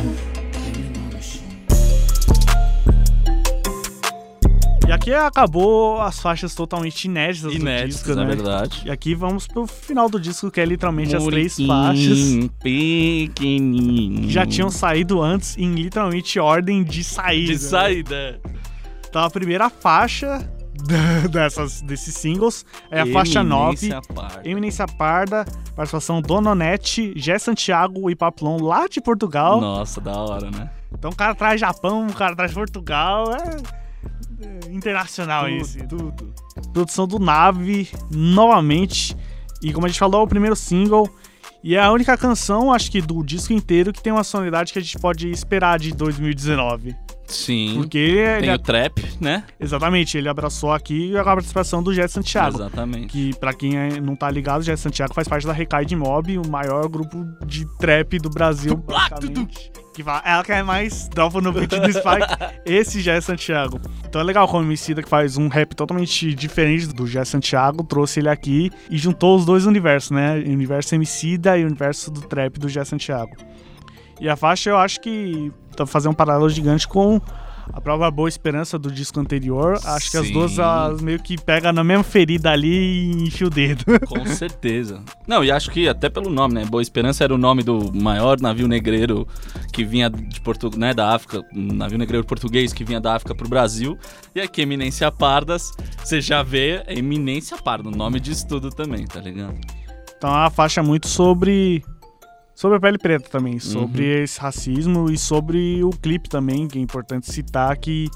B: E aqui acabou as faixas totalmente inéditas, do
A: Inéditos,
B: disco,
A: na
B: né?
A: verdade.
B: E aqui vamos pro final do disco, que é literalmente as três faixas
A: Pequenininho.
B: que já tinham né? saído antes em literalmente ordem de saída.
A: de saída.
B: Então a primeira faixa dessas, desses singles é a faixa 9.
A: Eminência Parda.
B: Eminência Parda, participação Dononete, Gé Santiago e Paplon lá de Portugal.
A: Nossa, da hora, né?
B: Então o cara traz Japão, o cara traz Portugal, é, é internacional isso.
A: tudo.
B: Produção do Nave, novamente. E como a gente falou, é o primeiro single. E é a única canção, acho que do disco inteiro, que tem uma sonoridade que a gente pode esperar de 2019.
A: Sim.
B: Porque ele,
A: Tem o trap, né?
B: exatamente, ele abraçou aqui a participação do Jé Santiago.
A: Exatamente.
B: Que, pra quem é- não tá ligado, já é Santiago faz parte da Recaide Mob, o maior grupo de trap do Brasil. basicamente. Que fala, ela quer mais, dropa no beat do Spike. Esse já é Santiago. Então é legal como o Emicida, que faz um rap totalmente diferente do Jé Santiago, trouxe ele aqui e juntou os dois universos, né? O universo Emicida e o universo do trap do Jé Santiago. E a faixa eu acho que tá fazendo um paralelo gigante com a prova Boa Esperança do disco anterior. Acho que as
A: Sim.
B: duas elas meio que pega na mesma ferida ali e enfia o dedo.
A: Com certeza. Não, e acho que até pelo nome, né? Boa Esperança era o nome do maior navio negreiro que vinha de Portugal, né? Da África, um navio negreiro português que vinha da África pro Brasil. E aqui, Eminência Pardas, você já vê é Eminência Parda, o nome disso tudo também, tá ligado?
B: Então é uma faixa muito sobre. Sobre a pele preta
A: Uhum.
B: também, sobre esse racismo e sobre o clipe também, que é importante citar que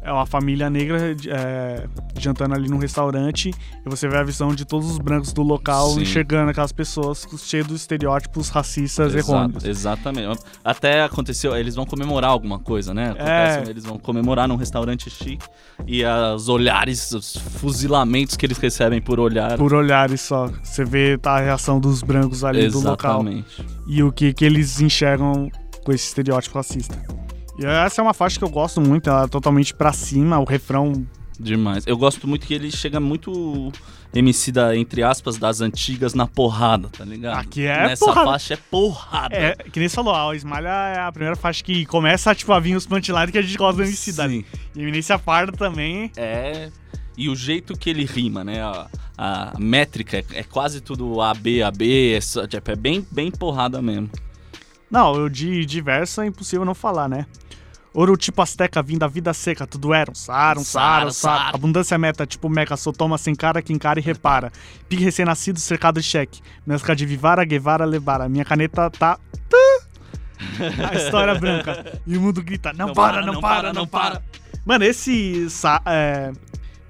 B: é uma família negra é, jantando ali num restaurante e você vê a visão de todos os brancos do local
A: Sim.
B: enxergando aquelas pessoas cheias dos estereótipos racistas
A: Exato,
B: errôneos.
A: exatamente. Até aconteceu, eles vão comemorar alguma coisa, né? Acontece,
B: É.
A: Eles vão comemorar num restaurante chique e ah, os olhares, os fuzilamentos que eles recebem por olhar.
B: Por olhares só, você vê tá, a reação dos brancos ali do local.
A: Exatamente.
B: e o que, que eles enxergam com esse estereótipo racista. E essa é uma faixa que eu gosto muito, ela é totalmente pra cima, o refrão.
A: Demais. Eu gosto muito que ele chega muito MC da, entre aspas, das antigas na porrada, tá ligado?
B: Aqui é
A: Nessa
B: porrada.
A: faixa é porrada.
B: É, que nem você falou, a Esmalha é a primeira faixa que começa tipo, a vir os punchlines que a gente gosta do MC da. E
A: Sim.
B: Eminência Parda também.
A: É. E o jeito que ele rima, né? A, a métrica é, é quase tudo AB, AB, é, só- tipo, é bem, bem porrada mesmo.
B: Não, eu de diverso é impossível não falar, né? Ouro tipo Azteca vindo da vida seca, tudo era um sara, um sara,
A: Sara,
B: um sara.
A: sara.
B: Abundância é meta, tipo meca, só toma sem cara, que encara e repara. Pique recém-nascido, cercado de cheque. Mesca de Vivara, Guevara, Levara. Minha caneta tá. tá. A história branca. E o mundo grita: não, para, não para, não para. Mano, esse. Sa é,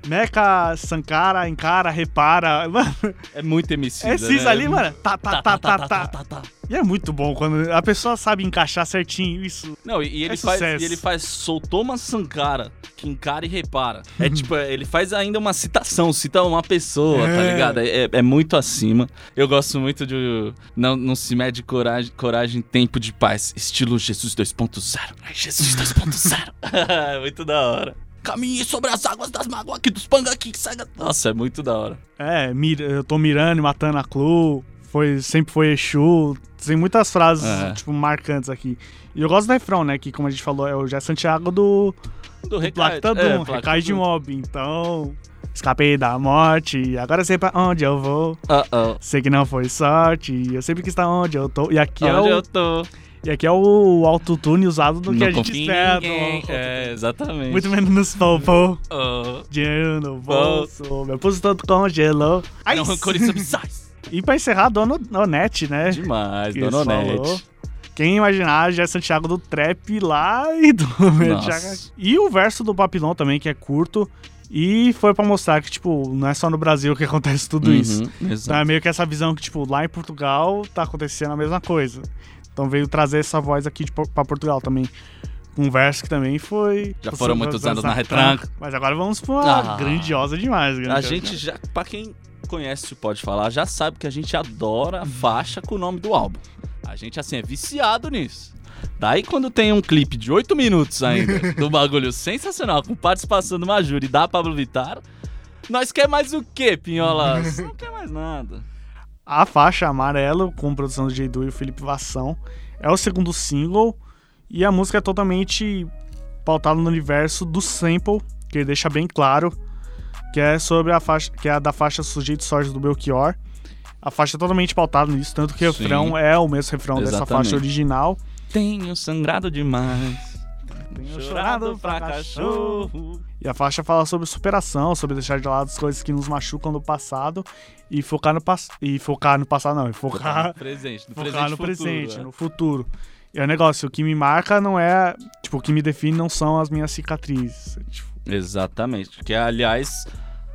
B: meca, Sankara, encara, repara. Mano,
A: É muito MC.
B: esses
A: né?
B: ali, mano. Tá, tá, tá, tá, tá.
A: tá, tá.
B: E é muito bom quando a pessoa sabe encaixar certinho isso.
A: Não, e, e ele
B: É
A: faz,
B: sucesso.
A: e ele faz soltou uma Sankara, que encara e repara. É
B: Uhum.
A: tipo, ele faz ainda uma citação, cita uma pessoa, tá ligado? É, é- é muito acima. Eu gosto muito de não, não se mede coragem, coragem em tempo de paz, estilo Jesus 2.0. Ai, Jesus 2.0. É muito da hora. Caminhe sobre as águas das mágoas aqui dos pangaki. saga- Nossa, é muito da hora.
B: É, mir- eu tô mirando e matando a Clu. Foi, sempre foi Exu. Tem muitas frases,
A: É.
B: tipo, marcantes aqui. E eu gosto do refrão, né? Que, como a gente falou, é o Jé Santiago do,
A: Do
B: do
A: recado.
B: Plactadum,
A: é,
B: Recai de
A: Plactadum.
B: Mob. Então, escapei da morte, agora sei pra onde eu vou.
A: Ah, ah.
B: Sei que não foi sorte, eu sempre que está onde eu tô. E aqui, é,
A: Onde
B: o,
A: eu tô?
B: e aqui é o autotune usado do que a gente
A: confio em
B: espera.
A: ninguém.
B: do-
A: É, exatamente.
B: Muito menos nos poupou.
A: Oh.
B: Dinheiro no bolso, meu pulso todo congelou. Ai,
A: Não rancores abissais.
B: E pra encerrar, Dona Onete, né?
A: Demais,
B: Que
A: Dona
B: isso falou.
A: Onete.
B: Quem imaginar já é Santiago do Trap lá e do
A: Nossa.
B: E o verso do Papilão também, que é curto. E foi pra mostrar que, tipo, não é só no Brasil que acontece tudo isso.
A: Uhum,
B: Então
A: exato.
B: é meio que essa visão que, tipo, lá em Portugal tá acontecendo a mesma coisa. Então veio trazer essa voz aqui de, Por- pra Portugal também. Um verso que também foi.
A: Já foram muitos anos na retranca.
B: Mas agora vamos pra uma
A: Ah.
B: grandiosa demais,
A: A
B: grandiosa
A: gente já, pra quem conhece o Pode Falar, já sabe que a gente adora a faixa com o nome do álbum. A gente, assim, é viciado nisso. Daí, quando tem um clipe de 8 minutos ainda, do bagulho sensacional, com participação do Majuri e da Pablo Vittar, nós quer mais o quê, Pinholas? Não quer mais nada.
B: A faixa amarelo, com produção do J.Du e o Felipe Vassão, é o segundo single e a música é totalmente pautada no universo do sample, que ele deixa bem claro, que é sobre a faixa, que é a da faixa Sujeito Sorte do Belchior. A faixa é totalmente pautada nisso, tanto que o
A: Sim.
B: refrão é o mesmo refrão dessa
A: Exatamente.
B: faixa original.
A: Tenho sangrado demais.
B: Tenho
A: Chorado pra cachorro.
B: E a faixa fala sobre superação, sobre deixar de lado as coisas que nos machucam no passado e focar no pas e focar no passado não, e focar
A: No presente, no presente.
B: focar no
A: futuro,
B: presente,
A: é.
B: no futuro. E é o negócio, o que me marca não é. Tipo, o que me define não são as minhas cicatrizes. É, tipo,
A: Exatamente. Que, aliás,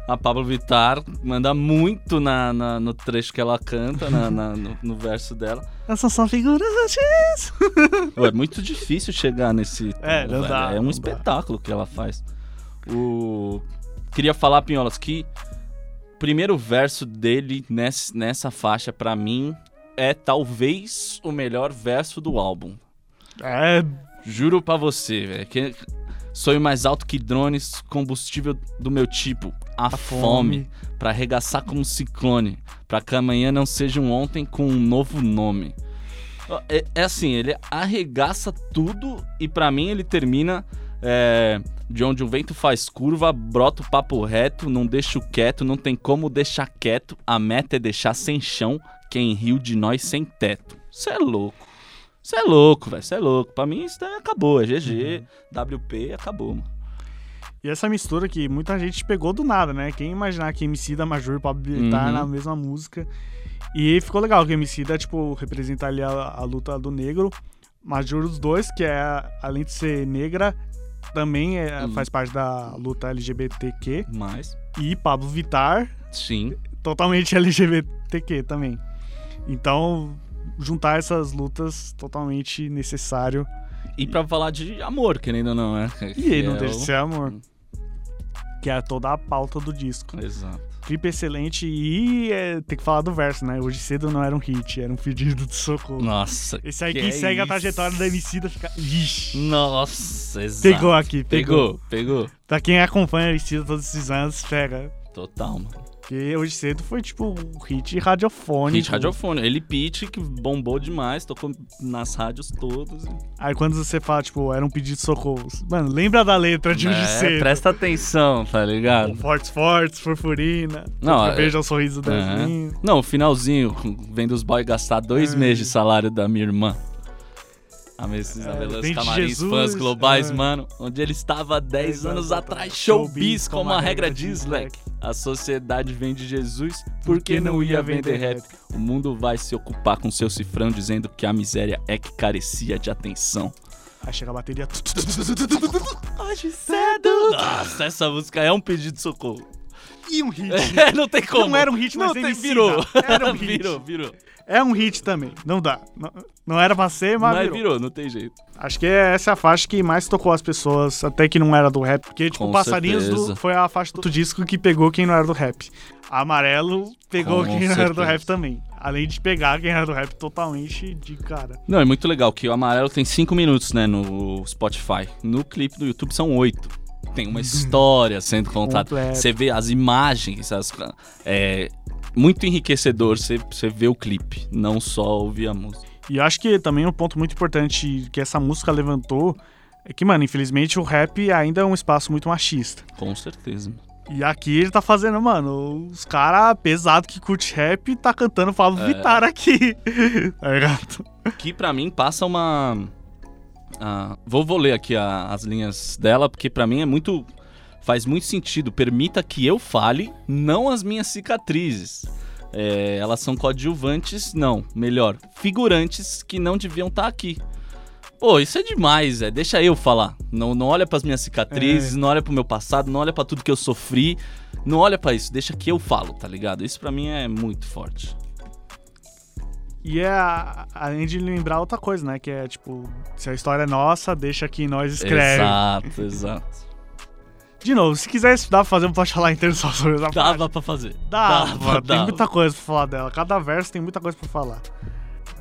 A: a Pablo Vittar manda muito na, na- no trecho que ela canta, na- na- no, no verso dela.
B: essas são figurantes.
A: Pô, é muito difícil chegar nesse.
B: É,
A: tom,
B: não
A: velho.
B: dá,
A: é
B: não
A: um
B: dá.
A: espetáculo que ela faz. O... Queria falar, Pinholas, que o primeiro verso dele ness- nessa faixa, pra mim, é talvez o melhor verso do álbum.
B: É,
A: Juro pra você, velho. Que sonho mais alto que drones, combustível do meu tipo. A, fome.
B: fome.
A: Pra arregaçar como um ciclone. Pra que amanhã não seja um ontem com um novo nome. Ó, É, é assim, ele arregaça tudo e pra mim ele termina. é, de onde o vento faz curva, brota o papo reto, não deixo quieto, não tem como deixar quieto. A meta é deixar sem chão quem riu de nós sem teto. Cê é louco. Você é louco, velho. Você é louco. Pra mim, isso daí acabou. É GG, WP, acabou, mano.
B: e essa mistura que muita gente pegou do nada, né? Quem imaginar que MC da Major e Pablo Vittar
A: Uhum.
B: na mesma música. E ficou legal que o MC da, tipo, representa ali a, a luta do negro. Major os dois, que é, além de ser negra, também é-
A: Hum.
B: faz parte da luta LGBTQ.
A: Mas,
B: E Pablo Vittar,
A: sim.
B: totalmente LGBTQ também. Então, juntar essas lutas totalmente necessário.
A: E pra falar de amor, querendo ou não, né?
B: E ele não
A: é
B: deixa de
A: o-
B: ser amor. Que é toda a pauta do
A: É.
B: disco.
A: Exato.
B: Clipe é excelente e é, tem que falar do verso, né? Hoje cedo não era um hit, era um pedido de socorro.
A: Nossa.
B: Esse aí
A: que
B: quem
A: é
B: segue a
A: isso?
B: trajetória da Emicida fica... Ixi,
A: Nossa, exato.
B: pegou aqui, pegou.
A: Pegou, pegou.
B: Pra quem acompanha a Emicida todos esses anos, pega.
A: Total, mano.
B: Porque Hoje Cedo foi tipo um hit radiofônico.
A: Hit radiofônico. Ele pitch, que bombou demais, tocou nas rádios todas.
B: Aí quando você fala, tipo, era um pedido de socorro. Mano, lembra da letra
A: É,
B: de hoje cedo.
A: presta atenção, tá ligado?
B: Fortes, fortes, furfurina.
A: Não,
B: eu
A: é-
B: vejo o sorriso das
A: É.
B: minhas.
A: Não, o finalzinho, É. vendo os boys gastar dois meses de salário da minha irmã. A Mercedes
B: É,
A: Avelange
B: vem de
A: Camarins,
B: Jesus,
A: fãs globais,
B: é.
A: mano. Onde ele estava há 10 anos atrás, showbiz, como a regra diz, né? leque. A sociedade vem de Jesus, porque não ia vender rap. O mundo vai se ocupar com seu cifrão, dizendo que a miséria é que carecia de atenção.
B: Aí chega a bateria. tu, tu, tu, tu.
A: Hoje cedo! Nossa, essa música é um pedido de socorro.
B: E um hit.
A: É, não tem como.
B: Não era um hit, mas
A: não tem,
B: Emicida.
A: virou.
B: Era um hit.
A: virou, virou.
B: É um hit também. Não dá. Não, não era pra ser, mas,
A: Mas
B: virou.
A: Ah, virou, não tem jeito.
B: Acho que é essa a faixa que mais tocou as pessoas, até que não era do rap. Porque, tipo,
A: Com
B: Passarinhos do-
A: certeza.
B: foi a faixa do disco que pegou quem não era do rap. Amarelo pegou
A: Com
B: quem não era do
A: certeza.
B: rap também. Além de pegar quem era do rap totalmente de cara.
A: Não, é muito legal que o amarelo tem 5 minutos, né, no Spotify. No clipe do YouTube são 8. tem uma história sendo contada.
B: Completo.
A: Você vê as imagens, as- é muito enriquecedor você, você ver o clipe, não só ouvir a música.
B: E eu acho que também um ponto muito importante que essa música levantou é que, mano, infelizmente o rap ainda é um espaço muito machista.
A: Com certeza.
B: E aqui ele tá fazendo, mano, os cara pesado que curte rap tá cantando Pablo
A: É.
B: Vittar aqui. tá ligado?
A: que pra mim passa uma. ah, vou, vou ler aqui a- as linhas dela, porque pra mim é muito. Faz muito sentido. Permita que eu fale, não as minhas cicatrizes. É, elas são coadjuvantes, não. Melhor, figurantes que não deviam estar aqui. Pô, isso é demais, é. Deixa eu falar. Não, não olha pras minhas cicatrizes, não olha pro meu passado, não olha pra tudo que eu sofri. Não olha pra isso, deixa que eu falo, tá ligado? Isso pra mim é muito forte.
B: E é, a- além de lembrar outra coisa, né? Que é tipo, se a história é nossa, deixa que nós escreve.
A: Exato, exato.
B: De novo, se quiser estudar, fazer um pode falar inteiro só sobre essa parte.
A: Dava pra fazer.
B: Dava,
A: Dava,
B: tem
A: dava.
B: muita coisa pra falar dela. Cada verso tem muita coisa pra falar.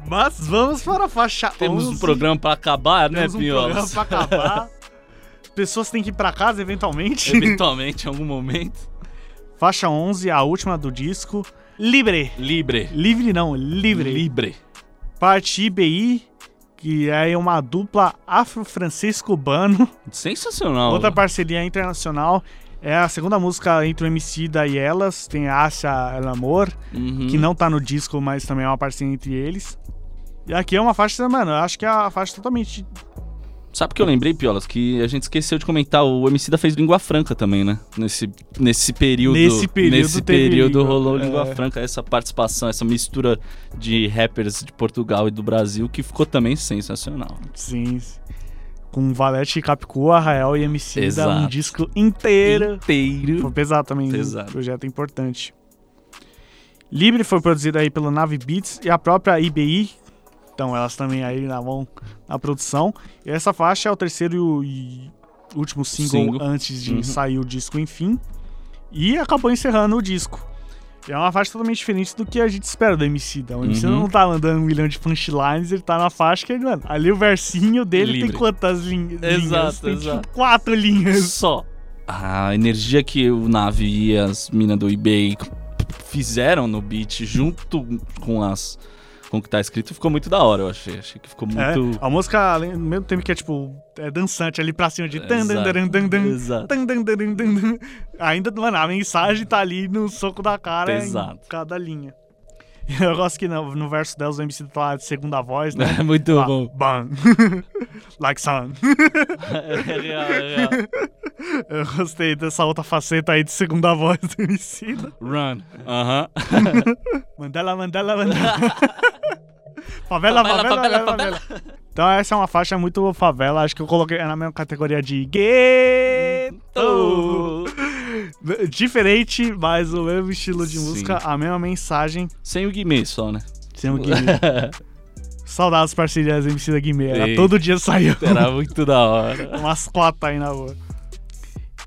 B: Mas vamos para a faixa
A: Temos
B: 11.
A: um programa pra acabar, né,
B: Temos um programa
A: Pinholas?
B: pra acabar. Pessoas têm que ir pra casa eventualmente.
A: Eventualmente, em algum momento.
B: Faixa 11, a última do disco. Libre.
A: Libre.
B: Livre não, livre.
A: Libre.
B: Parte IBI, que é uma dupla afro-francês-cubano.
A: Sensacional.
B: Outra parceria internacional. É a segunda música entre o MC da e elas. Tem Acha El Amor,
A: Uhum.
B: que não tá no disco, mas também é uma parceria entre eles. E aqui é uma faixa, mano, eu acho que é a faixa totalmente.
A: Sabe o que eu lembrei, Piolas? Que a gente esqueceu de comentar. O MC da fez língua franca também, né? Nesse, nesse período.
B: Nesse período
A: Nesse
B: teve
A: período
B: língua,
A: rolou
B: é.
A: língua franca. Essa participação, essa mistura de rappers de Portugal e do Brasil que ficou também sensacional.
B: Sim. Com Valete, Capicua, Arrael e MC da um
A: Exato.
B: disco inteiro. Foi
A: Inteiro.
B: pesado também.
A: Pesado.
B: Projeto importante. Libre foi produzido aí pelo Nave Beats e a própria IBI. Então elas também aí na mão na produção. E essa faixa é o terceiro e último single
A: Single.
B: antes de
A: Uhum.
B: sair o disco, enfim. E acabou encerrando o disco. E é uma faixa totalmente diferente do que a gente espera do MC. O MC
A: Uhum.
B: não tá mandando um milhão de punchlines, ele tá na faixa que, mano, ali o versinho dele
A: Livre.
B: tem quantas lin- linhas?
A: Exato,
B: tem,
A: exato.
B: Tipo, quatro linhas.
A: Só. A energia que o Nave e as minas do eBay fizeram no beat junto com as com o que tá escrito ficou muito da hora, eu achei. Achei que ficou
B: É,
A: muito
B: a música, além- ao mesmo tempo que é tipo, é dançante ali pra cima de. tan, dan, dan, dan, dan,
A: Exato.
B: tan, dan, dan, dan, dan. Ainda, mano, a mensagem tá ali no soco da cara
A: Exato.
B: em cada linha. E Eu gosto que no, no verso delas o MC tá lá de segunda voz, né?
A: É muito
B: Tá,
A: bom.
B: Bam. like some.
A: É real, é real.
B: Eu gostei dessa outra faceta aí de segunda voz do MC. né?
A: Run. Aham.
B: Mandela, mandela, mandela. favela,
A: Favela,
B: favela, favela,
A: favela,
B: favela. Então essa é uma faixa muito favela. Acho que eu coloquei na mesma categoria de gueto.
A: Oh.
B: Diferente, mas o mesmo estilo de
A: Sim.
B: música, a mesma mensagem.
A: Sem o Guimê só, né?
B: Sem o Guimê. Saudades parcerias MC da Guimê. Era
A: Ei.
B: todo dia saiu
A: Era muito da hora.
B: umas quatro aí na rua.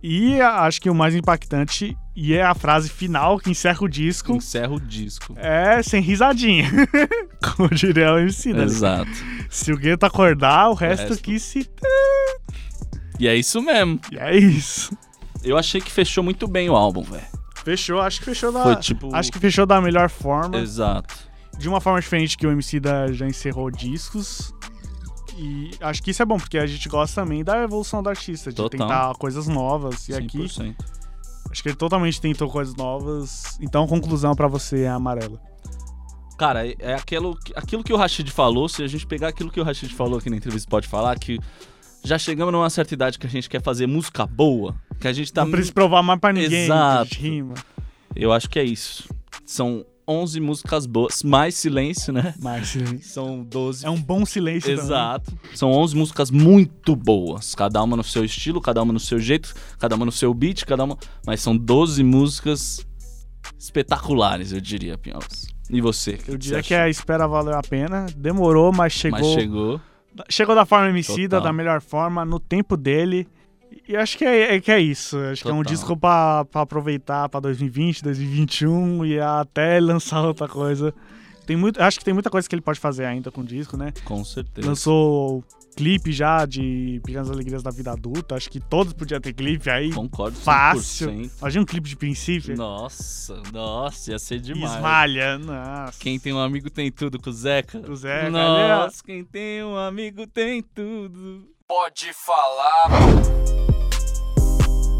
B: E a- acho que o mais impactante, e é a frase final que encerra o disco,
A: Encerra o disco.
B: é sem risadinha. Como diria o MC, né?
A: Exato.
B: Se o gueto acordar, o resto,
A: resto.
B: que se...
A: E é isso mesmo.
B: E é isso.
A: Eu achei que fechou muito bem o álbum, velho.
B: Fechou, acho que fechou da...
A: Foi tipo-
B: Acho que fechou da melhor
A: É.
B: forma.
A: Exato.
B: de uma forma diferente que o MC da já encerrou discos. E acho que isso é bom, porque a gente gosta também da evolução do artista, de
A: Total.
B: tentar coisas novas. E aqui,
A: 100%.
B: acho que ele totalmente tentou coisas novas. Então, conclusão pra você, é Amarela.
A: Cara, é- é aquilo, aquilo que o Rashid falou, se a gente pegar aquilo que o Rashid falou aqui na entrevista, pode falar que já chegamos numa certa idade que a gente quer fazer música boa, que a gente tá...
B: Não precisa provar mais pra ninguém.
A: Exato.
B: de Rima,
A: Eu acho que é isso. São 11 músicas boas, mais silêncio, né?
B: mas silêncio.
A: São 12.
B: É um bom silêncio também.
A: Exato. São 11 músicas muito boas, cada uma no seu estilo, cada uma no seu jeito, cada uma no seu beat, cada uma... Mas são 12 músicas espetaculares, eu diria, Pinholas. E você?
B: Eu diria que
A: é.
B: a espera valeu a pena. Demorou, mas chegou.
A: Mas chegou.
B: Chegou da forma emicida,
A: Total.
B: da melhor forma, no tempo dele. E acho que é, é que é isso. Acho que é um
A: Total.
B: disco um pra, pra aproveitar pra 2020, 2021 e até lançar outra coisa. Tem muito, acho que tem muita coisa que ele pode fazer ainda com o disco, né?
A: Com certeza.
B: Lançou clipe já de Pequenas Alegrias da Vida Adulta. Acho que todos podiam ter clipe aí.
A: Concordo 100%.
B: Fácil. Imagina um clipe de princípio.
A: Nossa, nossa, ia ser demais.
B: Esmalha. Nossa.
A: Quem tem um amigo tem tudo com o Zeca.
B: Do Zeca, ali,
A: Nossa, quem tem um amigo tem tudo. Pode falar.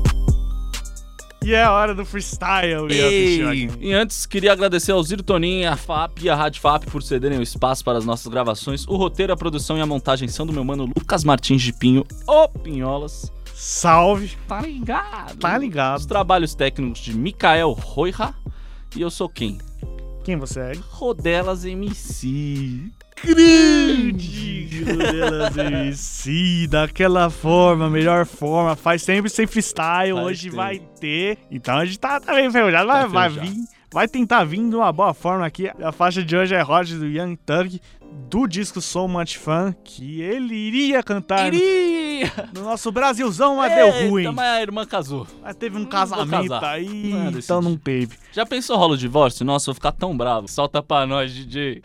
B: ó. E é a hora do freestyle, Ian
A: Ei,
B: Fischel.
A: E antes, queria agradecer ao Ziro Tonin, a FAP e a Rádio FAP por cederem o espaço para as nossas gravações. O roteiro, a produção e a montagem são do meu mano Lucas Martins de Pinho, o Pinholas.
B: Salve.
A: Tá ligado?
B: Tá
A: Os
B: ligado.
A: trabalhos técnicos de Mikael Roira e eu sou quem?
B: Quem você é?
A: Rodelas MC.
B: grande Rodelas MC, daquela forma, melhor forma, faz sempre sem freestyle,
A: Faz
B: hoje
A: tempo.
B: vai ter. Então a gente tá, tá meio enferrujado, vai, vai
A: enferrujado.
B: vir, vai tentar vir de uma boa forma aqui. A faixa de hoje é Roger do Young Thug, do disco Sou Much Fan, que ele iria cantar
A: Iria!
B: no nosso Brasilzão, mas deu ruim.
A: Mas a irmã casou.
B: Mas teve um
A: Não vou
B: casamento
A: casar.
B: aí,
A: Não é desse
B: então não
A: jeito.
B: teve.
A: Já pensou rola o divórcio? Nossa, vou ficar tão bravo. Solta pra nós, DJ.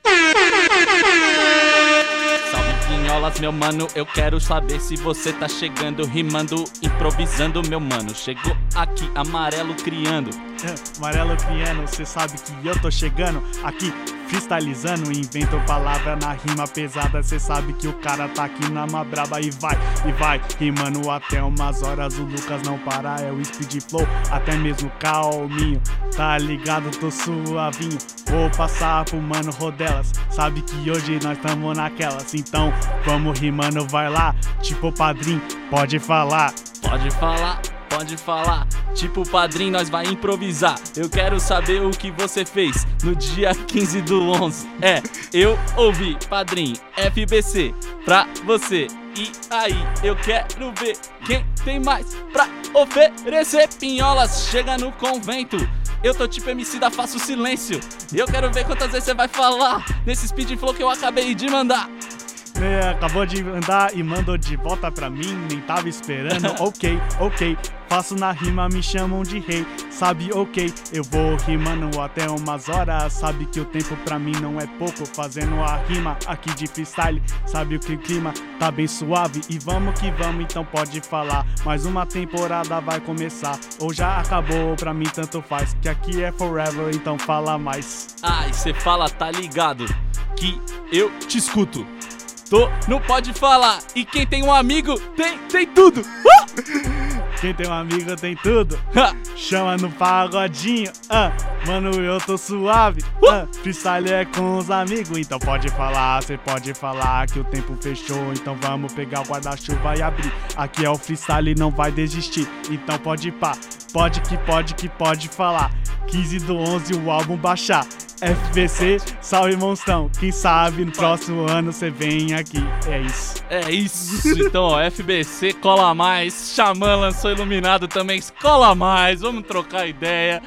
A: Salve pinholas, meu mano. Eu quero saber se você tá chegando, rimando, improvisando, meu mano. Chegou aqui, amarelo criando.
B: Hum, Amarelo piano, cê sabe que eu tô chegando aqui freestylizando, invento palavra na rima pesada, cê sabe que o cara tá aqui na mabraba e vai, e vai, rimando até umas horas, o Lucas não para, é o speed flow, até mesmo calminho, tá ligado, tô suavinho, vou passar pro mano Rodelas, sabe que hoje nós tamo naquelas, então vamos rimando, vai lá, tipo padrinho, pode falar,
A: Pode falar, pode falar. Tipo padrinho, nós vai improvisar. Eu quero saber o que você fez no dia 15 do 11. É, eu ouvi, padrinho, FBC, pra você. E aí, eu quero ver quem tem mais pra oferecer. Pinholas, chega no convento. Eu tô tipo MC da Faço Silêncio. Eu quero ver quantas vezes você vai falar nesse speed flow que eu acabei de mandar.
B: É, acabou de mandar e mandou de volta pra mim, nem tava esperando. ok, ok, faço na rima, me chamam de rei. Sabe, ok, eu vou rimando até umas horas. Sabe que o tempo pra mim não é pouco, fazendo a rima aqui de freestyle. Sabe que o clima tá bem suave e vamos que vamos, então pode falar. Mais uma temporada vai começar, ou já acabou, pra mim tanto faz. Que aqui é forever, então fala mais.
A: Ai, cê fala, tá ligado? Que eu te escuto. Tô, não pode falar. E quem tem um amigo tem, tem tudo.
B: Quem tem um amigo tem tudo.
A: Ha!
B: Chama no pagodinho, ah, mano, eu tô suave. Ah, freestyle é com os amigos, então pode falar, cê pode falar que o tempo fechou. Então vamos pegar o guarda-chuva e abrir. Aqui é o freestyle, não vai desistir. Então pode pá, pode que pode que pode falar. 15 do 11 o álbum baixar. FBC, salve monstrão. Quem sabe no próximo ano cê vem aqui. É isso.
A: É isso. Então, ó, FBC cola mais. Xamã lançou Iluminado também. Cola mais. Vamos trocar ideia.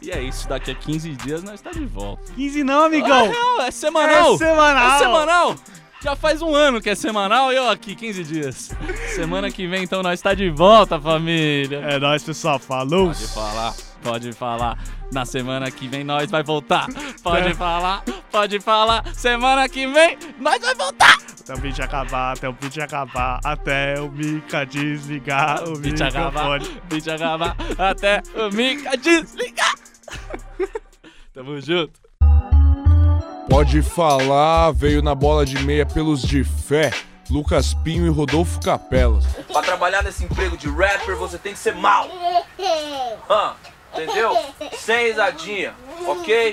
A: E é isso. Daqui a 15 dias nós tá de volta.
B: 15 não,
A: Ah,
B: amigão.
A: não, é semanal.
B: É semanal.
A: É semanal. Já faz um ano que é semanal e eu aqui, 15 dias. Semana que vem, então, nós tá de volta, família.
B: É nóis, pessoal. Falou.
A: Pode falar, pode falar. Na semana que vem nós vai voltar. Pode falar, pode falar. Semana que vem nós vai voltar.
B: Até o vídeo acabar, até o vídeo acabar, até o Mica desligar o
A: Bicho acabar,
B: microfone.
A: bicho acabar. Até o Mica desligar. Tamo junto.
F: Pode falar, veio na bola de meia pelos de fé. Lucas Pinho e Rodolfo Capelas.
G: Pra trabalhar nesse emprego de rapper, você tem que ser mal. Hã? entendeu? Sem risadinha, ok?